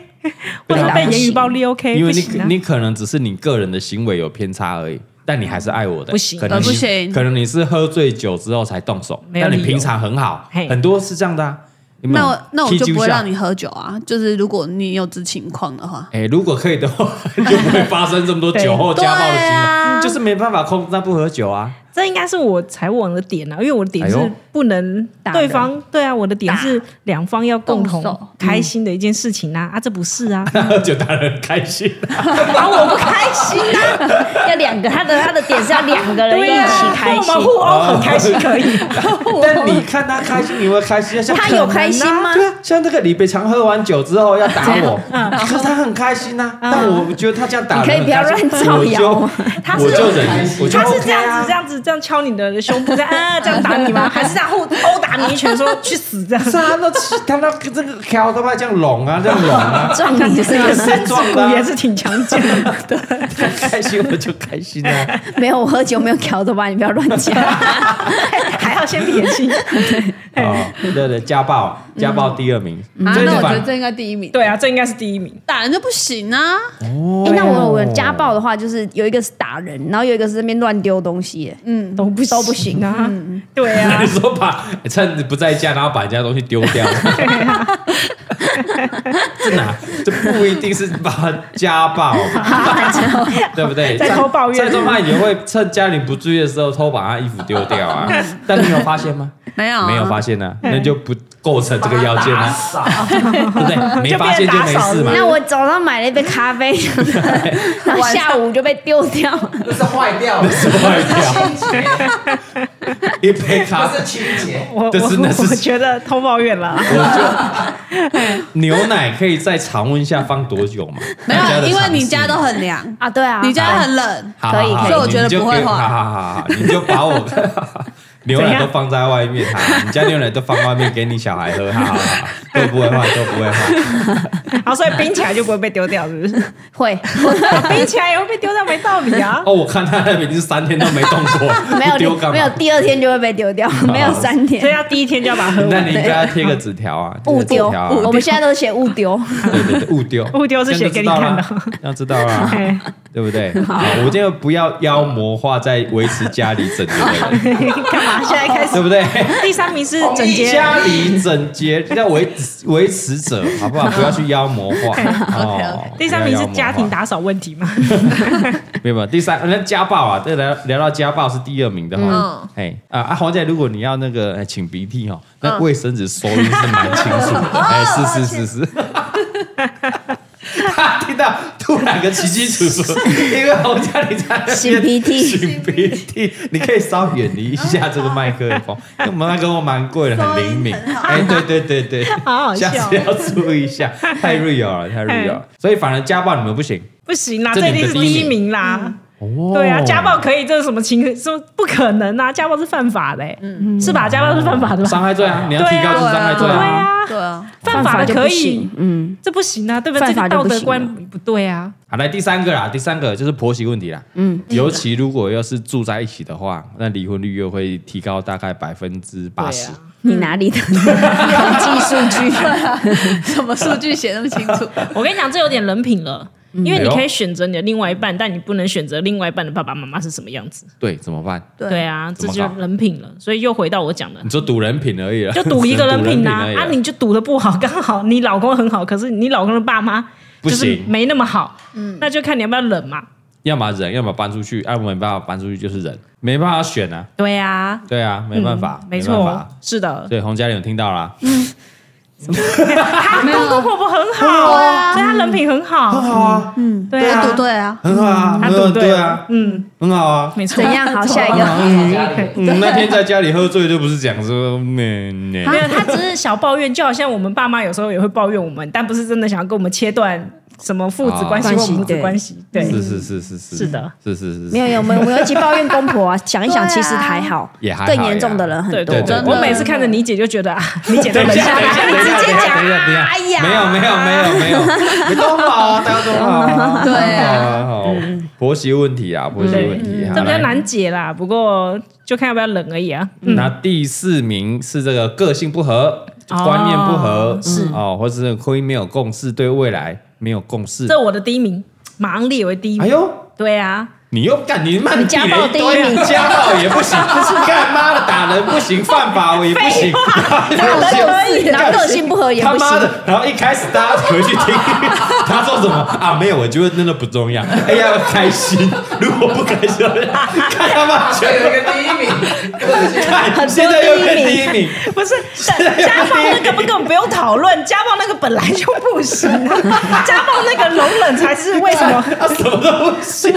或者打被不言语暴力哎 OK，因为不你行啊你可能只是你个人的行为有偏差而已。但你还是爱我的，不行可能你呃不行可能你是喝醉酒之后才动手，没有但你理由平常很好嘿，很多是这样的啊。有没有那我那我踢就不球会下让你喝酒啊。就是如果你有这情况的话，哎、如果可以的话， 就不会发生这么多酒 后家暴的行为，对啊就是没办法控制他不喝酒 啊。这应该是我才网的点啊，因为我的点哎是呦不能打人对方对啊，我的点是两方要共动同手嗯开心的一件事情啊，啊这不是啊，他喝酒当然很开心，啊，我不开心 啊！要两个，他的他的点是要两个人一起开跟心啊我们。互殴很开啊心可以，但你看他开心，你会开心啊。像他有开心吗？对啊，像这个李北强喝完酒之后要打我，可是他很开心呐、但我觉得他这样打人你可以不要很开心乱造谣我吗就我就忍，我就他是 OK 这样子啊这。样子这样敲你的胸部这样啊这样打你吗？还是这样互殴打你一拳说去死这样？是啊，那他那这个条都怕这样拢啊，这样拢啊，撞你是这个个 身壮骨的、也啊，是挺强健的，对，开心我就开心啊。没有，我喝酒没有调的吧？你不要乱讲。还要先撇清，哦，对对，家暴，家暴第二名，啊，这那我觉反得这应该第一名。对啊，这应该是第一名，打人就不行啊，哎，那我我家暴的话，就是有一个是打人，然后有一个是那边乱丢东西。哎都不都不行啊，对 啊你，说把趁你不在家，然后把人家东西丢 掉，啊这哪这不一定是把家 暴嘛，对不对？在偷抱怨蔡宗汉也会趁家里不注意的时候偷把他衣服丢掉 啊。但你有发现吗？没哦有啊没有发现呢，那就不构成这个要件 啊，对不对？没哦就变发现就没打扫事嘛日。 那我早上买了一杯咖啡， 然后下午就被丢掉。那是坏掉 了，什 么掉清洁， 一杯咖不啡是，清洁，我我但是那是我觉得偷抱怨了。牛奶可以在常温下放多久嘛？没大家有，啊的因为常你识家都很凉， 啊，对啊，你家很冷，好可以好好可以所以我觉得你就不会给画好好好好，你就把我牛奶都放在外面，哈，你家牛奶都放外面给你小孩喝，好好好，都不会画，都不会画。好，所以冰起来就不会被丢掉，是不是？ 会冰起来也会被丢掉，没道理啊。哦，我看他那边已经三天都没动过，没不丢有干没有嘛？第二天就会被丢 掉，没有三所以天。要第一天就要把它喝那完。你应该要贴个纸条啊， 误贴个丢，纸条啊我们现在都写误丢。对对对，误丢，误丢是写给你看的这样就知道啦，这样哎知道啦，对不对？好，我这个不要妖魔化在维持家里整洁的人，干嘛？现在开始。对不对？第三名是整洁，家里整洁要维维持者，好不好？不要去妖魔 化。哦第三名是家庭，打扫问题嘛？不要妖魔化没有没有。第三，那家暴啊，这聊聊到家暴是第二名的哈。哎啊啊，黄姐，如果你要那个哎擤鼻涕哈，那卫生纸收音是蛮清楚的。哎，是是是是。他听到突然个奇迹出说，因为我家里在那边擤鼻涕擤鼻涕，你可以稍远离一下这个麦克风，因为我们麦克风蛮贵的，很灵敏。哎，对对对对，好好笑下次要注意一下，太 real 了，太 real 了。所以反而家暴你们不行，不行啦，这这一你定的是第一第一名啦。哦对啊，家暴可以，这是什么情？说不可能啊，家暴是犯法的、欸，嗯，是吧？家暴是犯法 的吧？伤害罪啊，你要对提啊高就是伤害罪对啊。啊，对啊，犯法的就可不以行，，嗯，这不行啊，对不对？这犯个法就道不德行观不对啊。好，来第三个啦，第三个就是婆媳问题啦。嗯，尤其如果要是住在一起的话，那离婚率又会提高大概百分之八十对啊。你哪 里的统计数据？什么数据写那么清楚？我跟你讲，这有点人品了。嗯因为哎你呦可以选择你的另外一半，但你不能选择另外一半的爸爸妈妈是什么样子。对，怎么办？对对啊，这怎么就搞人品了。所以又回到 我讲的你，就赌人品而已啦，就赌一个人 品呐、啊，啊你就赌的不好，刚好你老公很好，可是你老公的爸妈不就是行没那么好，嗯，那就看你要不要忍嘛。要么忍，要么搬出去，啊，没办法搬出去就是忍，没办法选啊，对啊，对啊，没办法，嗯没办错法，是的，对，洪嘉玲有听到啦，他公公婆婆很好，所以他人品很好，很好啊，嗯，对我啊，赌对啊，很好啊他赌对了，，嗯，很好啊。没错怎。样？好，下一 个。嗯，那天在家里喝醉就不是讲说，嗯，嗯没有，他只是小抱怨，就好像我们爸妈有时候也会抱怨我们，但不是真的想要跟我们切断什么父子关系哦或母子对关系。对，是是是是是，是的，是是是，没有，没有，我们我们有一起抱怨公婆啊，想一想，其实还好，也还好更严重的人很对多。对对对，对我每次看着你姐就觉得啊，你姐都等一冷下，下等一来，下，等一下，等一下，等一下，等一哎下，没有，没有，没有，没有，你都好啊，大家都好啊，对啊，啊，好，婆媳问题啊，婆媳问题，嗯这比好较来难解啦。不过就看要不要冷而已啊。嗯，那第四名是这个个性不合、哦观念不合，是哦，或者是婚姻没有共识，对未来没有共识。这我的第一名，马上列为第一哎名。呦，对啊，你又干你妈你家暴第一名家暴也不行，不是干妈的打人不行，犯法我也不行，然后个性，然后个性不合也他不妈行。的！然后一开始大家回去听他说什么啊？没有，我觉得真的不重要。哎呀，开心！如果不开心，看他妈所以全有一个第一名，看，现在又变第一名。 不是家暴那个不根本不用讨论，家暴那个本来就不行啊，家暴那个容忍才是为什么他什么都不行，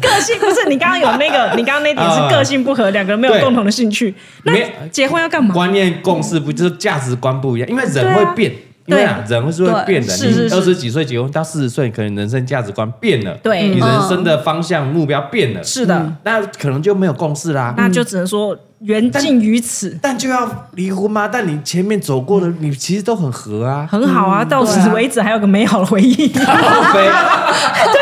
个性不是你刚刚有那个，你刚刚那点是个性不合，两个人没有对共同的兴趣，没那结婚要干嘛？观念共识不就是价值观不一样？因为对人啊会变，因为啊，人是会变的。对是你是二十几岁结婚到四十岁，可能人生价值观变了，对哦你人生的方向目标变了，是的，那可能就没有共识啦。那就只能说缘尽于此，但就要离婚吗？但你前面走过的，你其实都很合啊， 很好啊，到此为止还有个美好的回忆，很非。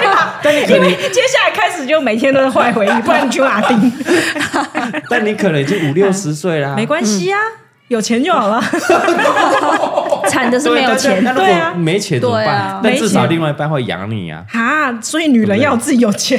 对吧？因为接下来开始就每天都是坏回忆，不然你去马丁 但你可能已经五六十岁啦，没关系啊，有钱就好了。 惨的是对没有但钱那，如对啊果没钱怎么对办啊？但至少没钱另外一半会养你啊。哈，所以女人要有自己有钱，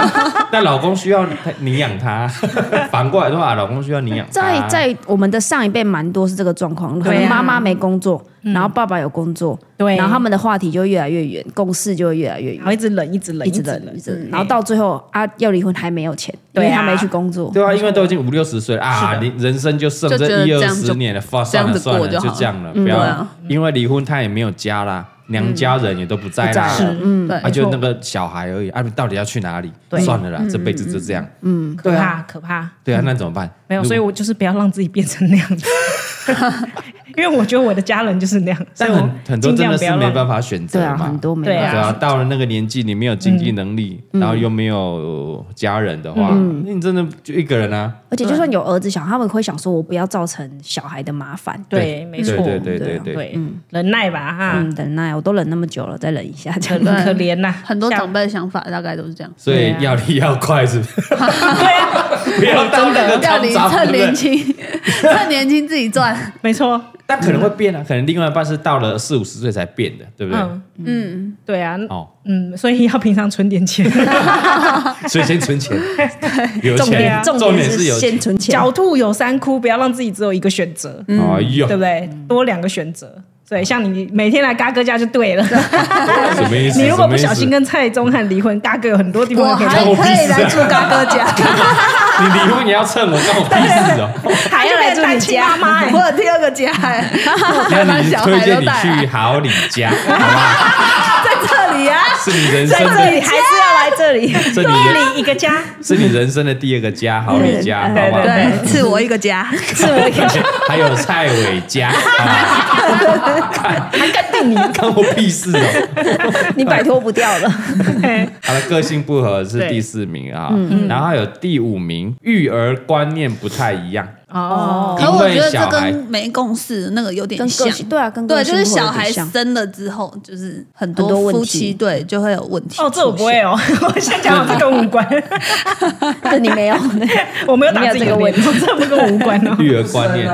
但老公需要他你养他， 反过来的话，老公需要你养他。在在我们的上一辈蛮多是这个状况，可对能啊妈妈没工作，然后爸爸有工作，对然后他们的话题就越来越远，共识就会越来越远然后，一直冷，一直冷，一直冷嗯冷，一直冷，然后到最后啊要离婚还没有钱，因为对啊他没去工作，对啊，因为都已经五六十岁了啊，你人生就剩就觉这得一这二样就十年了，放这算样了子算过了，就好就了这样了，不对要啊，因为离婚他也没有家啦，娘家人也都不在啦不在了，嗯，啊，对就那个小孩而已，啊，你到底要去哪里？算了啦，这辈子就这样，嗯，可对啊，怕可怕。对啊，那怎么办？嗯没有，如所以我就是不要让自己变成那样子， 因为我觉得我的家人就是那样，但所以很我很多尽真量的不是要没让办法选择对啊，嘛很，多没对办啊嗯法对啊，到了那个年纪，你没有经济能力，然后又没有家人的话，那你真的就一个人啊。而且就算有儿子小孩，他们会想说，我不要造成小孩的麻烦。对，没错，对对对对对，对，忍耐吧哈啊嗯，，忍耐，我都忍那么久了，再忍一下，这可 样可怜呐，很多像长辈的想法大概都是这样。所以对啊要离要快，是不是？对啊，不要当那个要汤你渣，对趁不年对？轻，趁年轻自己赚。没错，但可能会变啊，可能另外一半是到了四五十岁才变的，对不对？嗯嗯，对啊，哦，嗯，所以要平常存点钱，所以先存 钱，有重点钱，重重点是有钱先。存钱。狡兔有三窟，不要让自己只有一个选择，哎呦嗯对，不对？多两个选择。对，像你每天来嘎哥家就对了。什么意思？你如果不小什心啊么意跟蔡宗翰离婚，嘎哥有很多地我方可以还去，可以啊来住高哥家，思 你离婚也要趁我，关我屁事哦！他就变单亲妈妈哎我有第二个家哎，我那把你小推孩荐都你带去来，好李家，好不好？ 在这里啊，啊是你人在生这的，里还是要来这里。 是你人一个家，是你人生的第二个家，好伟家，好不好？对，赐我一个家，是我感觉还有蔡伟家，啊还跟 定你。关我屁事哦！你摆脱不掉了。他的个性不合是对第四名啊，然后还有第五名，育儿观念不太一样。哦，可我觉得因为小这孩跟没共识那个有点跟像个，性对啊跟个对，性就是会有小点孩像生了之后，就是很很多多问夫题妻对就会有问题。哦，这我不会哦，我先讲我这跟我无关，对你没有， 我没有打自己的没有脸，这个这不跟我无关 哦，育儿观念，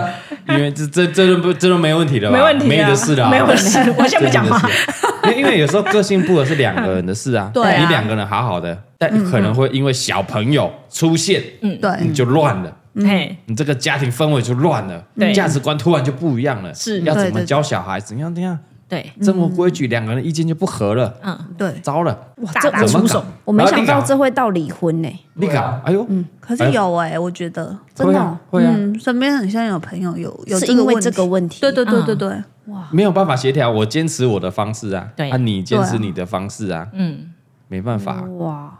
因为这这这就不这就没问题了吧？没问题啊，没你的事了啊，没有事，我先不讲话。真的是。因为因为有时候个性不合是两个人的事啊，对啊你两个人好好的，但你可能会因为小朋友出现，你对，就乱了。嘿，你这个家庭氛围就乱了，对价值观突然就不一样了，是要对怎么对教小孩，怎样怎样，对，这么规矩，两个人意见就不合了，嗯，对，糟了，哇大这打怎么出搞手？ 我没想到啊这会到离婚呢、你对搞啊，哎呦，可哎是有哎，我觉得真的会哦啊，会啊，嗯，身边很像有朋友有有是这个因为问这个问题。对对对对嗯对，没有办法协调，我坚持我的方式啊，对啊，你坚持对啊你的方式啊，嗯，没办法，啊哇，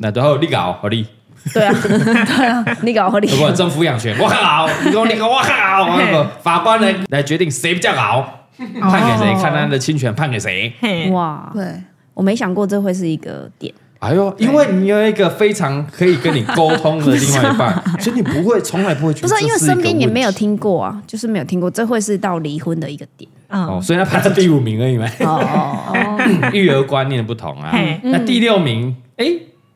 那然后你哦搞，好你，对啊， 对啊，你搞合理如。果有政抚养权，我好，你跟我你跟我好，我那个法官来来决定谁比较好，判给谁，看他的侵权判给谁。嘿，哇，对，我没想过这会是一个点。哎呦，因为你有一个非常可以跟你沟通的另外一半， 所以你不会，从来不会觉不得这是啊因为一个身边也问没有题听过啊，就是没有听过，这会是到离婚的一个点。哦，嗯，所以他排到第五名而已嘛。哦， 嗯育儿观念不同啊嘿。那第六名，哎，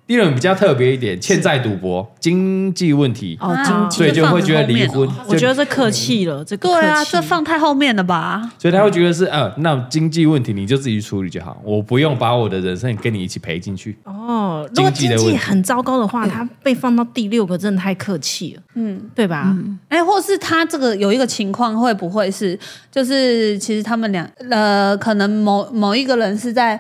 第六名比较特别一点，欠债、赌博、经济问题，哦，啊经所以济就会觉得离婚这放很后面哦。就我觉得这客气嗯了，这个对啊，客气这放太后面了吧？所以他会觉得是，呃，那经济问题你就自己处理就好，我不用把我的人生跟你一起赔进去。哦，如果经济的经问济题很糟糕的话，他被放到第六个，真的太客气了，嗯，对吧？哎，或是他这个有一个情况，会不会是就是其实他们俩呃，可能某某一个人是在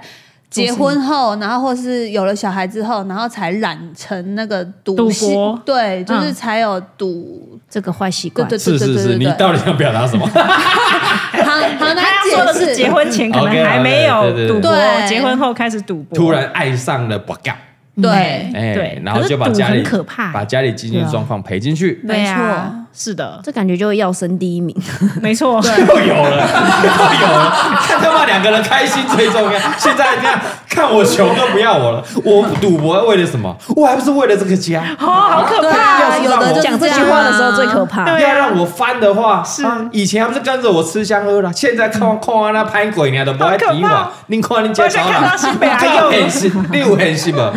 结婚后，然后或是有了小孩之后，然后才染成那个赌赌性博对，就是嗯才有赌，这个坏习对惯，对对是对是是，对你对对，到底要表达什 么？好好难他要说的解是释，结婚前嗯可 OK，OK，能还没有对对赌对博对，结婚后开始赌博，突然爱上了 b 嘎，对，哎对，然后就把可是赌家里很可怕把家里经济状况赔进去，没错，啊是的，这感觉就要升第一名。没错，又有了，又有了，看他妈两个人开心最重要。现在你看，看我穷都不要我了，我赌博为了什么？我还不是为了这个家。哦好可对啊，要是让有的我就讲是这句样话的时候啊最可怕。对啊要让我翻的话，是以前还不是跟着我吃香喝辣，现在看看完那拍鬼，你都不爱提嗯好可我怕。你看你家长我想看到新北阿啊这佑很是，你有很是 无？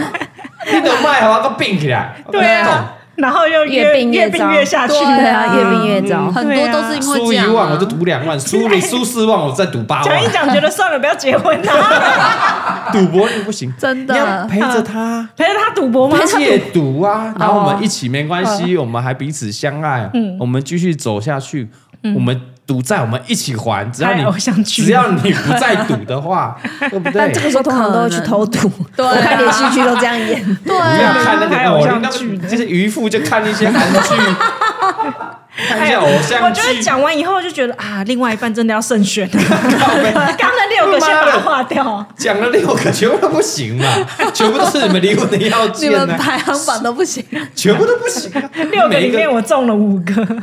你都卖我个病起来，对啊，然后又越病越越病糟越下去，对啊，越病越糟。 很多都是因为输这一样、万啊，我就赌两万，输了输四万我再赌八讲一万。讲觉得算了，不要结婚啊啦，赌博你不行，真你要的陪嗯着他。陪着他赌博吗？戒赌哦啊，然后我们一起没关系，我们还彼此相爱，嗯我们继续走下去，我们赌债我们一起还，只要太偶像你剧只要你不再赌的 话，对不对但？这个时候通常都会去偷赌，对啊 我看连续剧都这样演。对不要啊，看那太个哦偶偶像像剧剧，了就是渔夫就看一些韩剧，看一些偶哎我像觉得剧。讲完以后就觉得啊，另外一半真的要 慎选。刚才六个先把它划掉，讲了六个，全部都不行嘛，全部都是你们离婚的要你件 们呢，排行榜都不行，全部都不行啊。六个每里一个面我中了五个，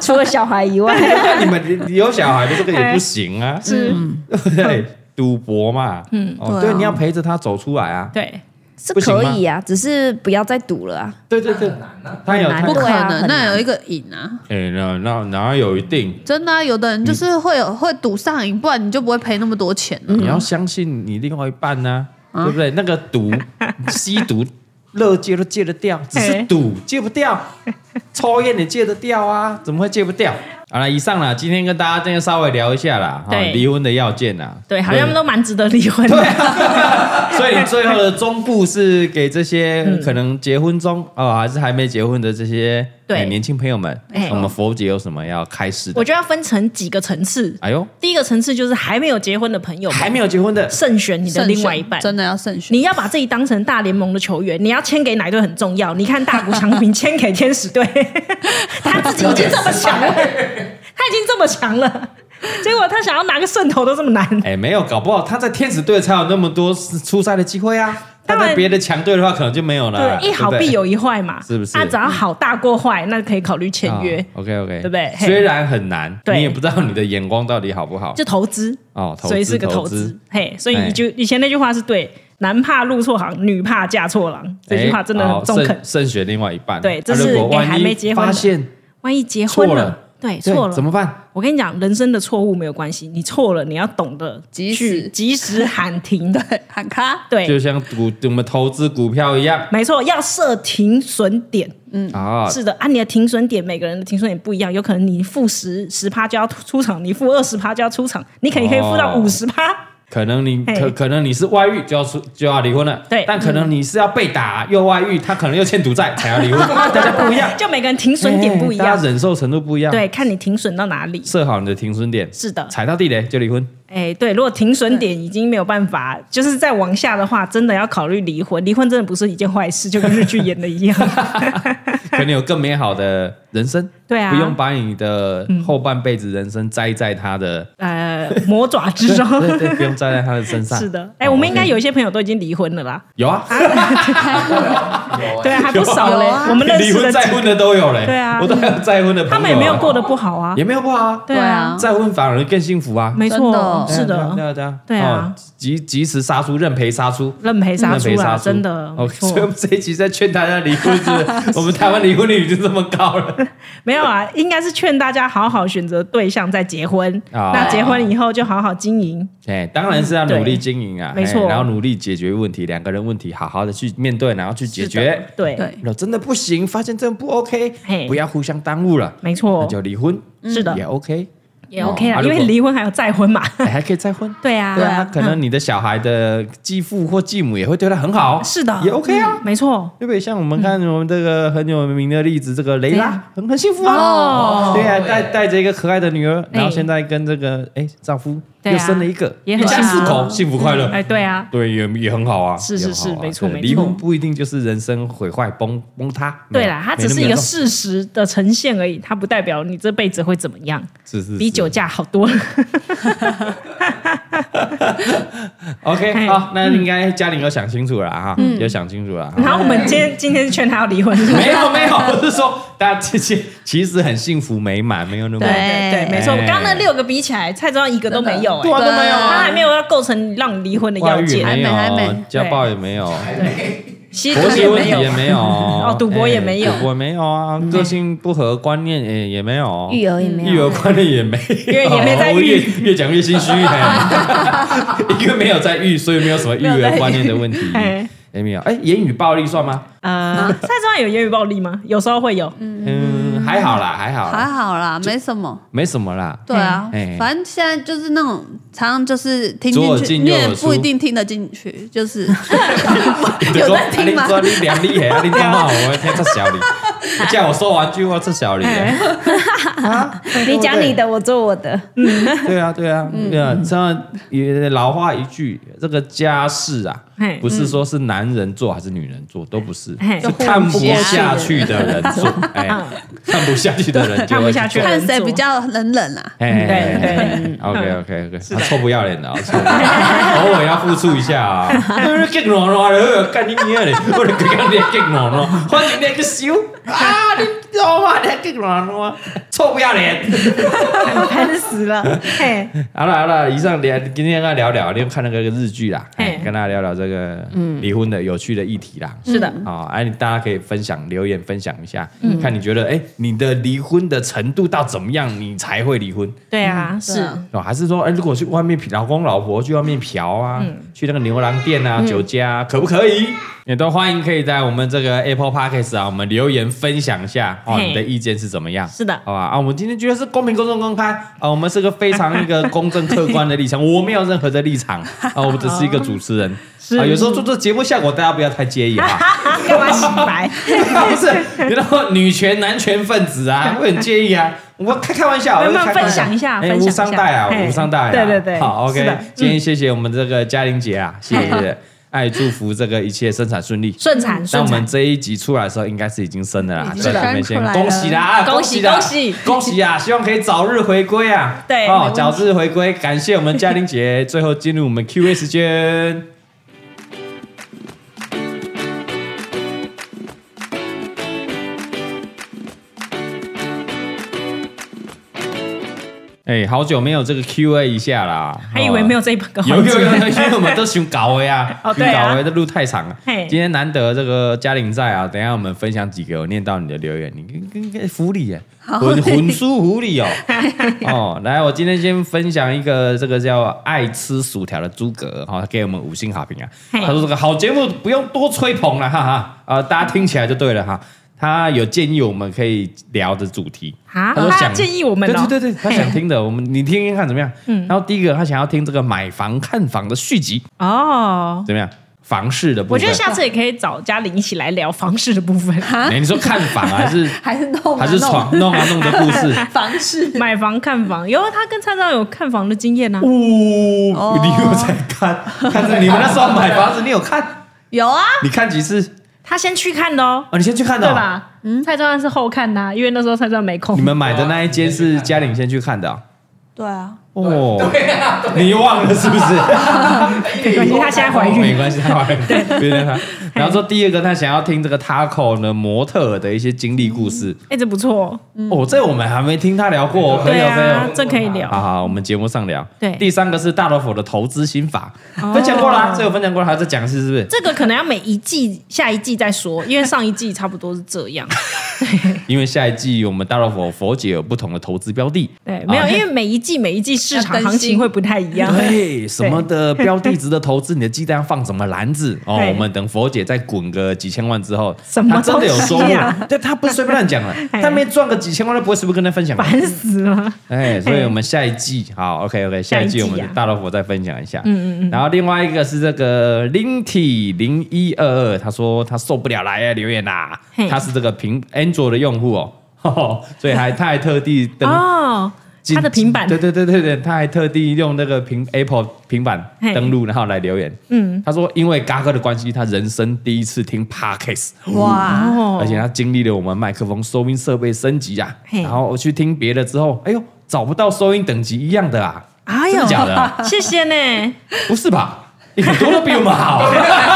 除了小孩以外，那 你们有小孩的这个也不行啊，是，对不对？赌博嘛，嗯，哦，嗯对对，啊你要陪着他走出来啊，对，是不行吗可以啊，只是不要再赌了啊。对对对，他有很他难不可对啊能，很难那有一个瘾啊，哎，那那哪有一定？真的啊、有的人就是嗯会有会赌上瘾，不然你就不会赔那么多钱啊了。你要相信你另外一半呢，啊对不对？那个 赌吸毒。乐戒都戒得掉，只是哎赌戒不掉，抽烟也戒得掉啊，怎么会戒不掉？好了，以上啦，今天跟大家今天稍微聊一下啦，哈对离婚的要件啊啦，对，好像都蛮值得离婚的。所以你最后的中部是给这嗯些可能结婚中哦，还是还没结婚的这些对哎年轻朋友们哎，我们佛姐有什么要开始我的？觉得要分成几个层次，哎呦，第一个层次就是还没有结婚的朋友们，还没有结婚的，慎选你的慎另选外一半，真的要慎选，你要把自己当成大联盟的球员，你要签给哪一队很重 要。你看大谷翔平签给天使队，他自己已经这么想了，他已经这么强了， 结果他想要拿个胜投都这么难。哎，没有，搞不好他在天使队才有那么多出赛的机会啊。他当然在别的强队的话，可能就没有了。对，一好不对必有一坏嘛，哎是不是他只要好大过坏，那可以考虑签约， OK OK，对不对嘿哦虽然很难，对你也不知道你的眼光到底好不好就投资，哦。啊投资所以是个投投资资。，嘿，所以哎你就以前那句话是对，男怕入错行，女怕嫁错郎，这句话真的哎很哦中慎肯。慎选另外一半。对这啊是如果给万还一没结婚发的现万一结婚错了，了对，对错了怎么办？我跟你讲，人生的错误没有关系，你错了，你要懂得及去时及时喊停。 对，喊卡。就对，像股我们投资股票一样没错，要设停损点。啊，是的啊，你的停损点，每个人的停损点不一样，有可能你负十十趴就要出场，你负二十趴就要出场，你可以可以负到哦五十趴。可能你嘿可可能你是外遇就要出就要离婚了，对但可能你是要被打又外遇，他可能又欠赌债才要 离婚，大家不一样，就每个人停损点不一哎大样家，忍受程度不一样，对，，看你停损到哪里。设好你的停损点，是的，踩到地雷就离 婚，哎，对，如果停损点已经没有办法，就是再往下的话，真的要考虑离婚。离婚真的不是一件坏事，就跟日剧演的一样。 可能有更美好的人生，对啊不用把你的后半辈子人生栽在他 的，呃，魔爪之对中。 对对，不用栽在他的身上，是的，哎、哦我们应该 OK 有一些朋友都已经离婚了啦，有啊，对啊，还不少有嘞。啊我们认哦 离识的婚再婚的都有嘞，对啊我都有再婚的朋友啊， 他们也没有过得不好啊也。没有不好啊，对啊，再婚反而更幸福啊，没真错的，是对的，啊，对啊，对啊哦，及及时杀出，认赔杀出。认赔杀认出赔啦，杀出真的，没 OK，所以我错们，这一集在劝大家离婚，是不 是我们台湾离婚率已经这么高了。没有啊，应该是劝大家好好选择对象再结婚。啊那结婚以后就好好经营，哎，当然是要努对力经营啊，没错哎然后努力解决问题，两个人问题好好的去面对，然后去解是决的。对，对，那真的不行，发现真的不 OK，嘿不要互相耽误了，没那错，嗯就离婚是的也，OK，也 OK 哦啊啦，如因果为离婚还有再婚嘛。哎还可以再婚。 对啊，对啊，可能你的小孩的继父或继母也会对他很好，是的，也 OK 啊。嗯，没错。对不对？像我们看我们这个很有名的例子，这个雷嗯对拉啊很很幸福啊，哦，对啊，带带着一个可爱的女儿，然后哎现在跟这个哎丈夫对啊又生了一个，也一很家幸福四口幸福快乐，哎，对啊，对，也也很好啊，是是是也很好啊没错对没错离婚不一定就是人生毁坏崩崩塌，对没有啦，它没只那是么一严个重事实的呈现而已，它不代表你这辈子会怎么样，是是比是酒驾好多了。 OK 哎好，那应该嘉玲有想清楚了啊，嗯有想清楚了哈。然后我们今天今天是劝他要离婚，是不是没有没有，我是说，大家其实其实很幸福美满，没有那么对对对，没错。哎我刚刚那六个比起来，蔡庄一个都没有，对啊哎，都没有他还啊，没有要构成让你离婚的外要遇也件，没还没还有没，家暴也没有，吸毒婆媳也问题没也有，没 有，哦赌博也没有嗯赌博没有啊，个性不合，观念也也没哦有，育儿也没有，育儿观念也没有，因为也没在 育越越讲越心虚， 哎 因为没有在育，所以没有什么育儿观念的问题，哎，也没有。 哎，言语暴力算吗？呃，蔡庄有言语暴力吗？有时候会有，嗯，还好啦，还好还啦，好啦，没什么。没什么啦。对啊哎，反正现在就是那种常常就是听左耳进去，进你右耳也出不一定听得进去，就是 你有说在听吗啊你？说你两厉害，啊你他骂我，我听这小 李，你叫我说完句话这小李。嗯你讲你的，我做我的。 对啊，对啊，嗯对啊，这样也老话一句，这个家事啊嘿，不是说是男人做还是女人做，都不是，嘿是看不下去的人做，哎，看不下去的人就嗯看会不去下去做了看谁比较能忍啊？哎，对嗯对，OK OK OK，他臭不要脸的啊，臭不要 脸偶尔要付出一下啊。 更软软的，干你娘嘞！我就讲你更软软，反正你去修啊，你知道吗？你更软软，臭不要脸。烦死了。嘿，好了好了，以上聊今天跟大家聊聊，你有看那个日剧啦，嘿哎跟大家聊聊这个离婚的有趣的议题啦。是的，好，哎、你大家可以分享留言分享一下，看你觉得哎、你的离婚的程度到怎么样，你才会离婚？对啊，对是啊哦，还是说，哎、如果去外面嫖老公老婆去外面嫖啊，嗯去那个牛郎店啊、酒家、啊，可不可以？也都欢迎可以在我们这个 Apple Podcast 啊，我们留言分享一下哦，嘿你的意见是怎么样？是的好吧啊，我们今天觉得是公平、公正、公开啊，我们是个非常一个公正、客观的立 场，我没有任何的立场啊，我们只是一个主持人啊，有时候做做节目效果，大家不要太介意啊。干嘛洗 白？不是，然后女权男权分子 啊，会很介意啊。我开开玩笑，啊没有没有我开开玩笑分享一下哎，分享一无下伤大雅，嘿无伤大雅。对对对好是，OK 的。嗯 今天谢谢我们这个嘉玲姐啊，谢谢。爱祝福这个一切生产顺利。顺产那顺我产们。这一集出来的时候，应该是已经生了啦，嗯已对经生我们先出来了恭喜啦，啊恭喜喜啦，恭喜恭喜 啊！希望可以早日回归啊，对没哦问，题早日回归，感谢我们嘉玲姐。最后进入我们 Q&A 时间。哎、好久没有这个 Q&A 一下啦，还以为没有。有这一本有有有，因为我们都想搞的呀， 哦想对啊搞的这路太长了。嘿今天难得这个嘉玲在啊，等一下我们分享几个我念到你的留言，你跟跟跟狐狸耶，混混书狐狸哦。 哦，来，我今天先分享一个这个叫爱吃薯条的诸葛哈、给我们五星好评啊。嘿他说这个好节目不用多吹捧了，哈哈，啊、大家听起来就对了哈。他有建议我们可以聊的主题，啊，他说他想建议我们哦，对对对对，他想听的，我们你听听看怎么样？嗯，然后第一个他想要听这个买房看房的续集哦。怎么样？房市的部分，我觉得下次也可以找嘉玲一起来聊房事的部分，哎、你说看房 啊还是还是弄啊还是弄闯弄啊弄的故事？ 房事。买房看房。有他跟蔡照有看房的经验呢、啊。哦，你有在看？看是你们那时候买房子，你有看？有啊，你看几次？他先去看的哦，哦，你先去看的、对？吧？嗯，蔡照安是后看的啊、因为那时候蔡照安没空。你们买的那一间是嘉玲先去看的啊、对啊，哦，对啊，你忘了是不是？ 没关系他现在怀孕没关系，他怀孕，别让他。然后说第二个，他想要听这个 Taco 呢模特儿的一些经历故事。哎、这不错，哦，这我们还没听他聊过哦，可以对哦，可以啊哦。，这可以聊。好好，我们节目上聊。对哦第三个是大老虎的投资心法，分享过啦，这有分享过了，还在讲是是不是？这个可能要每一季、下一季再说，因为上一季差不多是这 样。因为下一季我们大老虎佛姐有不同的投资标的，对，没有，啊因为每一季、每一季市要场更新行情会不太一样。对哎什么的标的值得投资，你的鸡蛋要放什么篮子哦？对我们等佛姐再滚个几千万之后，什么她真的有收东入西啊，对，她不是随便乱讲了，哎她没赚个几千万都不会随便跟她分享的。 烦死 了！哎，所以我们下一季好，OK OK，下一季下一季啊我们大老虎再分享一下。嗯嗯嗯。然后另外一个是这个 Linty 零一二二，他说他受不了啦，要留言啦嘿。他是这个平 Android 的用户哦， 所以还他还特地登哦，进他的平板对对对对对，他还特地用那个平 Apple 平板嘿登录，然后来留言。嗯，他说因为嘎哥的关系，他人生第一次听 Podcast，哇，哦而且他经历了我们麦克风收音设备升级啊，嘿然后我去听别的之后，哎呦，找不到收音等级一样的 啊，哎真呦的，假的啊？谢谢呢。不是吧？你很多都比我们好，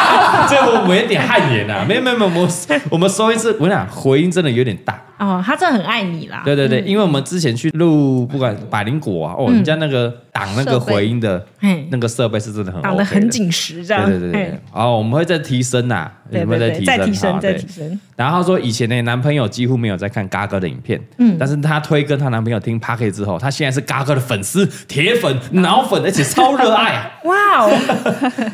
这我我有点汗颜啊！没有没有没有，我我们收音是，我想回音真的有点大。哦，他真的很爱你啦。对对对，因为我们之前去录不管百灵果啊，哦，人家那个挡那个设备回音的嗯嘿那个设备是真的很挡得 OK 的很紧实，这样。对对对对嘿，哦，我们会再提升啊呐，对我们会对对再提升好再对提升然后她说以前的男朋友几乎没有在看嘎哥的影片，嗯，但是她推跟她男朋友听 Parky 之后，她现在是嘎哥的粉丝、铁粉、脑粉，而且超热爱 啊，哇哦，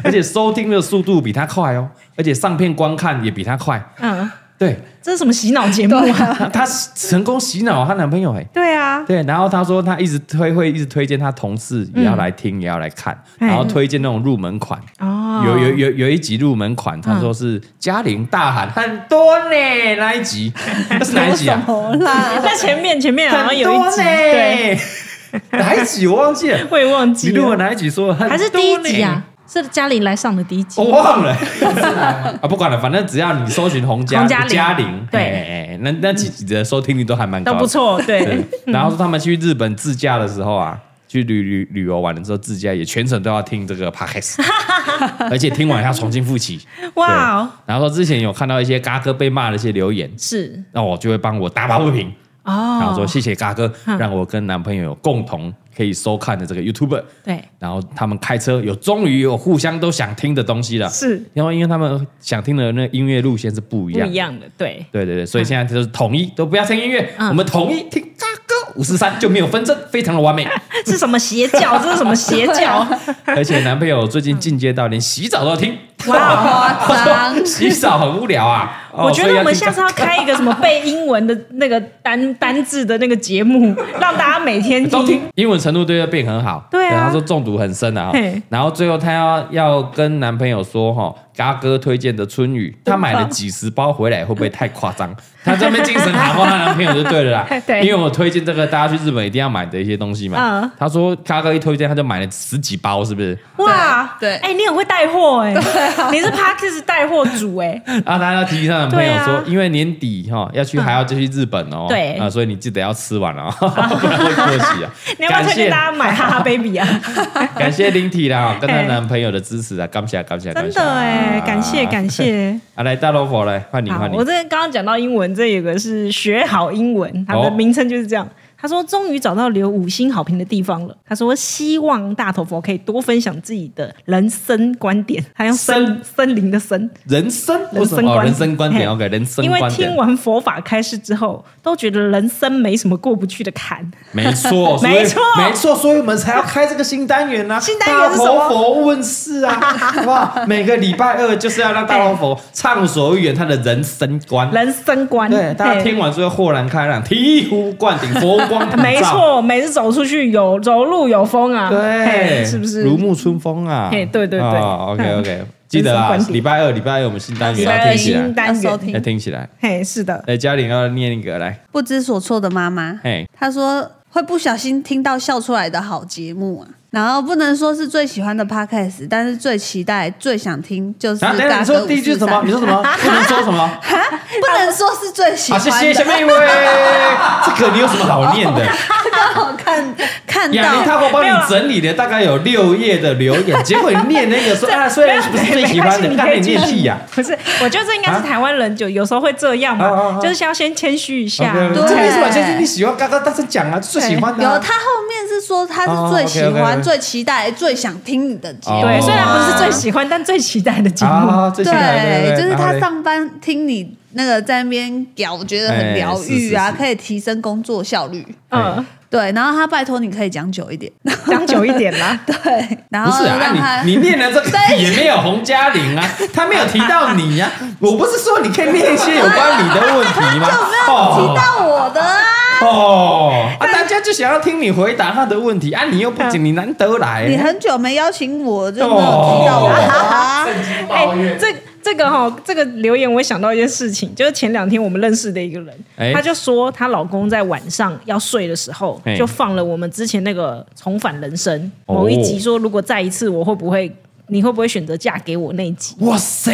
而且收听的速度比他快哦，而且上片观看也比他快，嗯，对，这是什么洗脑节目啊？她她成功洗脑她男朋友哎。对啊，对，然后她说她一直推会一直推荐她同事也要来听，也要来看，嗯然后推荐那种入门款。哦，有有有有一集入门款，她说是嘉玲大喊很多呢那一 集，那是哪一集啊？好啦， 在前面前面好像很有多一集，对，呢，哪一集我忘记了，我也忘记你录了了，哪一集说很多呢啊还是第一集啊？？是嘉玲来上的第一集我。忘了 啊，不管了，反正只要你搜寻洪嘉洪嘉玲嘉玲，对哎哎哎那那几集的收听率都还蛮高都的，不错，对对，然后说他们去日本自驾的时候啊，去旅旅旅游完了之后自驾也全程都要听这个 podcast，而且听完还要重新复习。哇哦，然后说之前有看到一些嘎哥被骂的一些留言，是那我就会帮我打抱不平，然后哦嗯说，谢谢嘎哥，让我跟男朋友有共同可以收看的这个 YouTube。对，然后他们开车有终于有互相都想听的东西了，是然后因为他们想听的那个音乐路线是不一不样一，样的，对，对对对，所以现在就是统一，都不要听音乐，嗯我们统一听大哥五十三就没有纷争，非常的完美。 是什么邪教？这是什么邪 教？而且男朋友最近进阶到连洗澡都要听，，哦夸张洗澡很无聊啊。哦嗯 我觉所以得要我们听下次要开一个什么背英文的那 个单单字的那个节目，让大家每天 都听，英文程度都要变很好。对对然后啊他说中毒很深啊嘿，，然后最后她要要跟男朋友说哈，嘎哥推荐的春雨，她买了几十包回来，会不会太夸张？ 她专门精神喊话她男朋友就对了啦 对因为我推荐这个大家去日本一定要买的一些东西嘛嗯，她说嘎哥一推荐，她就买了十几包，是不是？哇，对对哎、你很会带货哎，你是 Parkes 带货主哎、啊，大家要提醒她男朋友对说啊，嗯因为年底哈要去还要继续日本哦，对啊，所以你记得要吃完 。哦，不然会过期啊你要不要感推荐谢大家买哈哈 baby 啊？感谢林体啦，跟她男朋友的支持啊，感谢感谢，真的哎、感谢感。谢。啊，来大萝卜来，换你好换，你我。这刚刚讲到英文，这有个是学好英文，它的哦名称就是这样。他说：“终于找到留五星好评的地方了。”他说：“希望大头佛可以多分享自己的人生观点，还有森森林的森，人生人生哦观人生观点嘿，OK，人生因为观听点，完佛法开示之后，都觉得人生没什么过不去的坎。没错，所以没错没错，所以我们才要开这个新单元呢。新单元是什么大头佛问世 啊，好不好？每个礼拜二就是要让大头佛畅所欲言他的人生观。人生观，对，大家嘿听完之后豁然开朗，醍醐灌顶，佛光普照。没，错，每次走出去有走路有风啊，嘿对，是不是？如沐春风啊？嘿对对对 o k 嗯 OK，记得啊人生观，点礼拜二礼拜二我们新单元礼要拜听二起来新，单要收元，听要听起来。嘿，是的，哎，嘉玲要念一个来，不知所措的妈妈嘿，她说会不小心听到笑出来的好节目啊，然后不能说是最喜欢的 podcast，但是最期待、最想听就是啊，等一下大你哥说五第一句四什么？ 三你，说什么？不能说什么？ 不能说是最喜好，欢的，谢谢下面一位， 这个你有什么好念 的？好看看雅到玲，她我帮你整理了大概有六页的留言，结果你念那个说啊， 虽然不是最喜欢的，没但关系你你可以念屁呀。不是，我觉得这应该是啊台湾人就有时候会这样啊啊嘛啊，就是要先谦虚一下。 OK，OK 对这没什么，就是你喜欢，刚刚大声讲啊，最喜欢的有啊。他后面是说他是最喜哦欢、 ，OK，OK，OK 最期待、最想听你的节目，对，哦虽然不是最喜欢，但最期待的节目。啊，最喜欢的对，就是然后他嘞上班听你那个在那边屌，我觉得很疗愈哎啊，是是是可以提升工作效率。哎嗯，对，然后他拜托你可以讲久一点，。讲久一点啦 对，然不后是让啊，他你你念了这个也没有洪嘉玲啊，他没有提到你呀。我不是说你可以念一些有关你的问题吗？提哦。到我的啊，哦，啊，大家就想要听你回答他的问题啊，你又不仅你难得来， 你很久没邀请我，就没有提到我啊。哦抱怨。这这个哈、这个留言我想到一件事情，就是前两天我们认识的一个人，哎她就说她老公在晚上要睡的时候嘿，就放了我们之前那个《重返人生》某一集，哎哦说如果再一次，我会不会，你会不会选择嫁给我那一集？哇塞！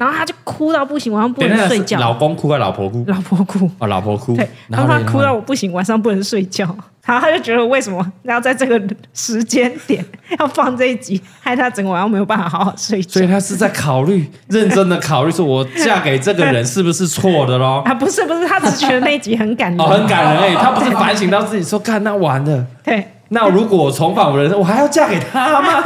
然后她就哭到不行，晚上不等一能下睡是觉，老公哭还是啊老婆哭？老婆哭。哦，老婆哭对，，然后后她嘞哭啊到我不行，晚上不能睡觉。然后她就觉得为什么要在这个时间点要放这一集，害她整个晚上没有办法好好睡觉所以。她是在考虑，认真的考虑，说我嫁给这个人是不是错的咯？ 啊，不是不是，她只觉得那一集很感人，哦，很感人哎，她不是反省到自己说，看那完了，对。那如果我重返我人生，我还要嫁给他吗？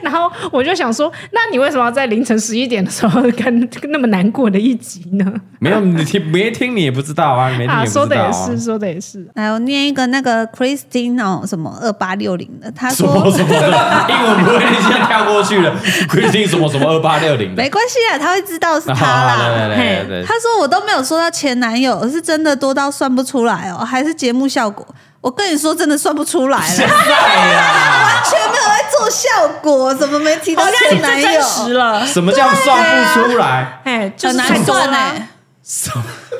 然后我就想说，那你为什么要在凌晨十一点的时候看那么难过的一集呢？没有，你听没听你也不知道啊，没听啊，也不知道说的啊也 是，说的也是。 来，我念一个那个 Christine 哦，什么二八六零的，她什么说什么的，英文不会，你现在跳过去 了。Christine 什么什么二八六零的，没关系啊，她会知道是 好她啦。好来来来来来，他说我都没有说到前男友，而是真的多到算不出来哦，还是节目效果？我跟你说，真的算不出来了，在呀，完全没有在做效果，怎么没提到前男友？了，什么叫算不出来？哎，就是哦很太难多算了。哎、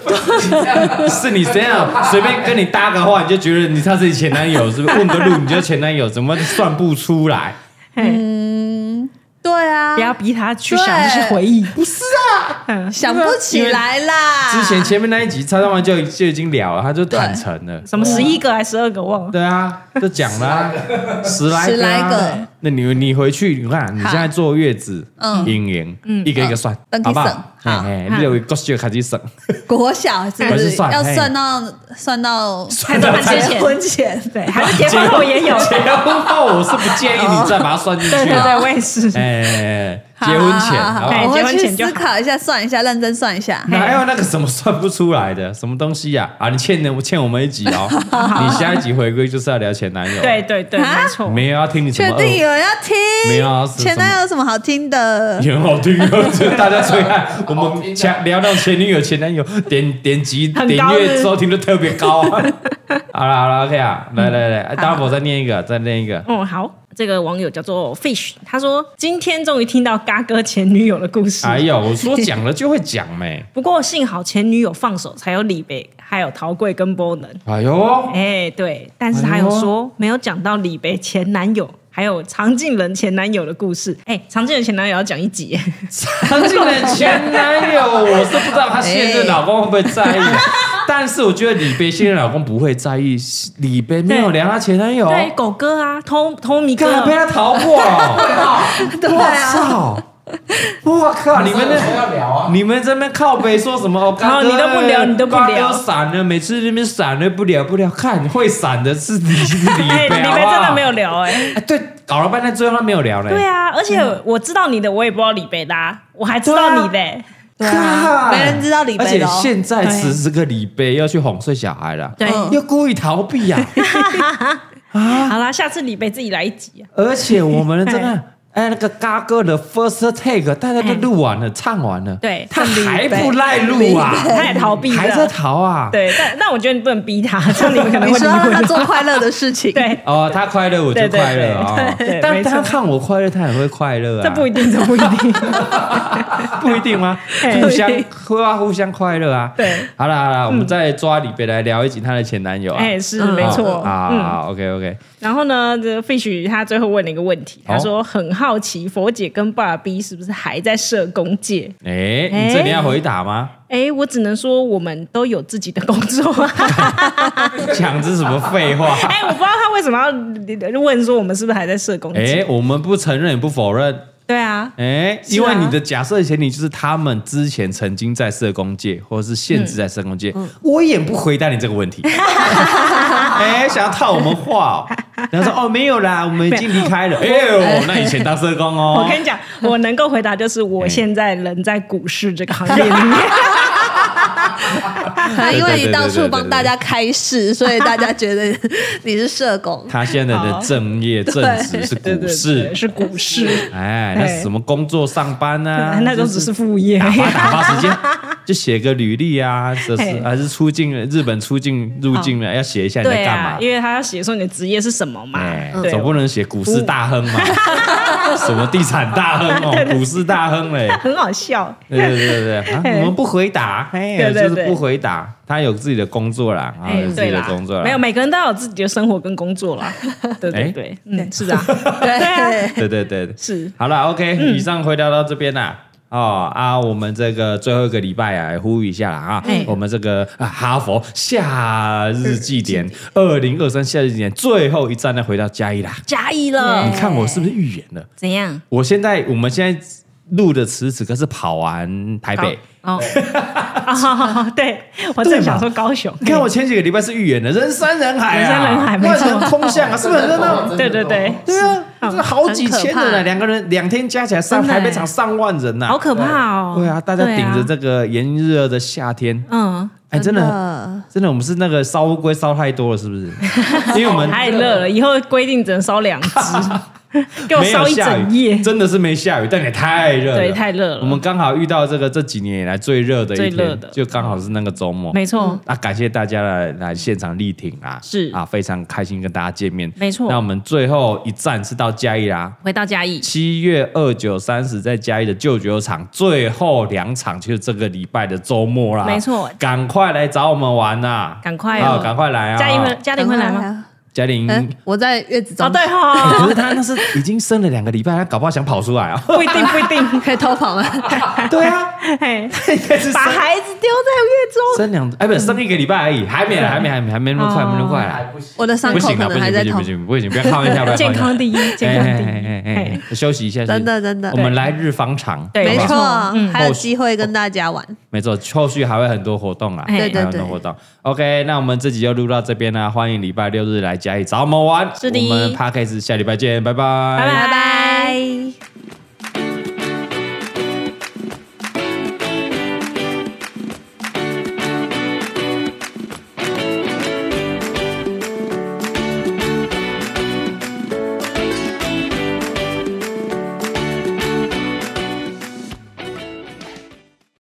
啊是你这样随便跟你搭个话，你就觉得你他是你前男友，是不是？问个路你就前男友，怎么算不出 来？嗯哎对啊不，要逼他去想这些回忆，不是啊，想不起来啦。之前前面那一集蔡尚文就就已经聊了，他就坦诚了。什么十一个还是十二个忘了。对啊，就讲了啊、十来十个啊、来个那你你回去，你看你现在坐月子，嗯阴影，一个一个算，嗯好不等好？你省好哎，你有个就开始 省，国小是不还是是算要嘿算到算到算到结结婚前？对，还是结婚后也有。结婚后我是不建议你再把它算进去啊对对的。对，我也是。哎，结婚前好好好好不好我结会婚去前就思好考一下，算一下，认真算一下。哪有那个什么算不出来的什么东西呀、啊？你欠的我欠我们一集 哦，你下一集回归就是要聊前男友，对，对对，没错，没有要听你什确么定有人要听？没有啊是前男友有什么好听 的？也很好听啊，这大家最爱。我们前聊到前女友、前男友，点点击很点高阅是收听率特别高 啊。好了好了，OK 啊，来来来，哎大伙再念一个，再念一个。嗯，好，这个网友叫做 Fish，他说今天终于听到嘎哥前女友的故事。哎呦，我说讲了就会讲 没。不过幸好前女友放手，才有李贝，还有陶贵跟波能。哎呦，哎，对，但是他有说、没有讲到李贝前男友，还有常静人前男友的故事。哎，常静人前男友要讲一集，他竟然前男友，我是不知道他现任老公会不会 在意啊。但是我觉得李贝现任老公不会在意，李贝没有聊她前男友，对，狗哥啊，偷偷米干嘛哥被，他逃过了？啊 对我啊，操！我靠，你们那要聊啊，你们这边靠北说什么？ 哦，然瓜后哥你都不聊你都不聊瓜哥闪了，每次那边闪了不聊不聊，看会闪的是你是李 哎，北，李好贝不好真的没有。聊哎、哎，对，搞了半天，最后他没有聊嘞。对啊，而且我知道你的，我也不知道李贝啦，我还知道你的、对看啊，没人知道李而贝且的哦。现在对此时个李贝要去哄睡小孩了，对，嗯要故意逃避啊呀。好啦，下次李贝自己来一集啊。而且我们 这个。哎，那个嘎哥的 first take 大家都录完了，唱完了，哎对他是李还贝不赖录啊，他也逃避了还在逃啊，对，但但我觉得你不能逼他，这样你们 可能你 会说啊离让他婚。做快乐的事 情，对，哦，他快乐我就对对快乐对啊对，但没但他错看我快乐，他也会快乐啊，这不一定，啊这不一定。不一定 吗？嘿互相会啊，互相快乐啊。对，好啦好啦，我们再抓李贝来聊一集她的前男友啊。哎，是没错。嗯，啊，OK OK，然后呢，这 Fish 他最后问了一个问题，他说很好奇佛姐跟爸比是不是还在社工界？哎，你这里要回答吗？哎，我只能说我们都有自己的工作。 讲这什么废话？哎，我不知道他为什么要问说我们是不是还在社工界？哎，我们不承认也不否认，对啊，哎，是啊因为你的假设前提就是他们之前曾经在社工界，或者是现职在社工嗯界，我也不回答你这个问 题。哎，想要套我们话哦，然后说哦没有啦，我们已经离开了。哎呦，那以前当社工哦， 我跟 你讲，我能够回答就是哎我现在人在股市这个行业 里面。可能因对为对对对你到对对处对帮大家开市，所以大家觉得你是社工。他现在的正业正职是哦对股对市对，是股市，哎哎，那什么工作上班 啊？那都只是副业。打发打发时 间，就写个履历啊，这是嘿还是出境日本出境入境了，要写一下你在对干啊嘛，？因为他要写说你的职业是什么嘛嗯哎，，对总不能写股市大亨 嘛，什么地产大亨哦，股市大亨嘞。很好笑。对对对对对，啊嘿我们不回答，哎，对对就对哎是不回答。他有自己的工作啦，啊，有自己对的啦工作，啦，没有，每个人都有自己的生活跟工作啦。对哎对对，嗯，是的啊， 对啊，对对，对对，对是嗯好了，OK，、以上回答到这边啦。哦啊，我们这个最后一个礼拜啊，也呼吁一下啦啊，哎嗯我们这个、啊、哈佛夏日祭典，二零二三夏日祭典最后一站呢，回到嘉义啦。加一了你，看我是不是预言了？怎样？我现在我们现在录的此时此刻是跑完台北，哦，哦对，我正想说高雄，你看我前几个礼拜是预言的，人山人海啊，人山人海没万错人空巷啊，是不是很热闹？ 对对对，对啊，这好几很可千怕人啊，两个人两天加起来上真的台北欸场上万人呐、好可怕哦。对啊，大家对顶着这个炎热的夏天，嗯，哎，真的呃，真的，我们是那个烧乌龟烧太多了，是不是？ 因为我们太热了，以后规定只能 烧两只，给我没有烧一下雨整夜。真的是没下雨，但也太热了，对，太热了。我们刚好遇到这个这几年以来最热的一最热天的，就刚好是那个周末。没错，啊，感谢大家来来现场力挺啊，是啊，非常开心跟大家见面。没错那我们最后一站是到嘉义啦，回到嘉义，七月二九、三十在嘉义的旧酒厂，最后两场就是这个礼拜的周末啦。没错赶快来找我们玩呐、赶快啊，哦赶快来啊！嘉义会嘉玲会来吗？吗？嘉玲，嗯，我在月子中哦，对 可哈，。是她那是已经生了两个礼拜，她搞不好想跑出来啊 不一定不一定，可以偷跑吗？对啊，嘿，应该是生 把孩子丢在生两哎，嗯不是生一个礼拜而已，还没还没还没还没那么快，哦没那么快啦。不行，我的伤不口行可啊，不能还行不在行痛不。行不行，不要开玩笑，不要开月中，健玩笑康。第一，健康第哎哎一，哎哎嘿， 哎休息一下，真的真的我们来日方长，对没好不好错嗯，还有机会跟大家玩。没错，后续还会很多活动啦，啊对还有哎对很对多活动。OK，那我们这集就录到这边啦，欢迎礼拜六日来嘉义找我们玩。是的我们 p a c k a g e 下礼拜见，拜拜，拜拜拜拜。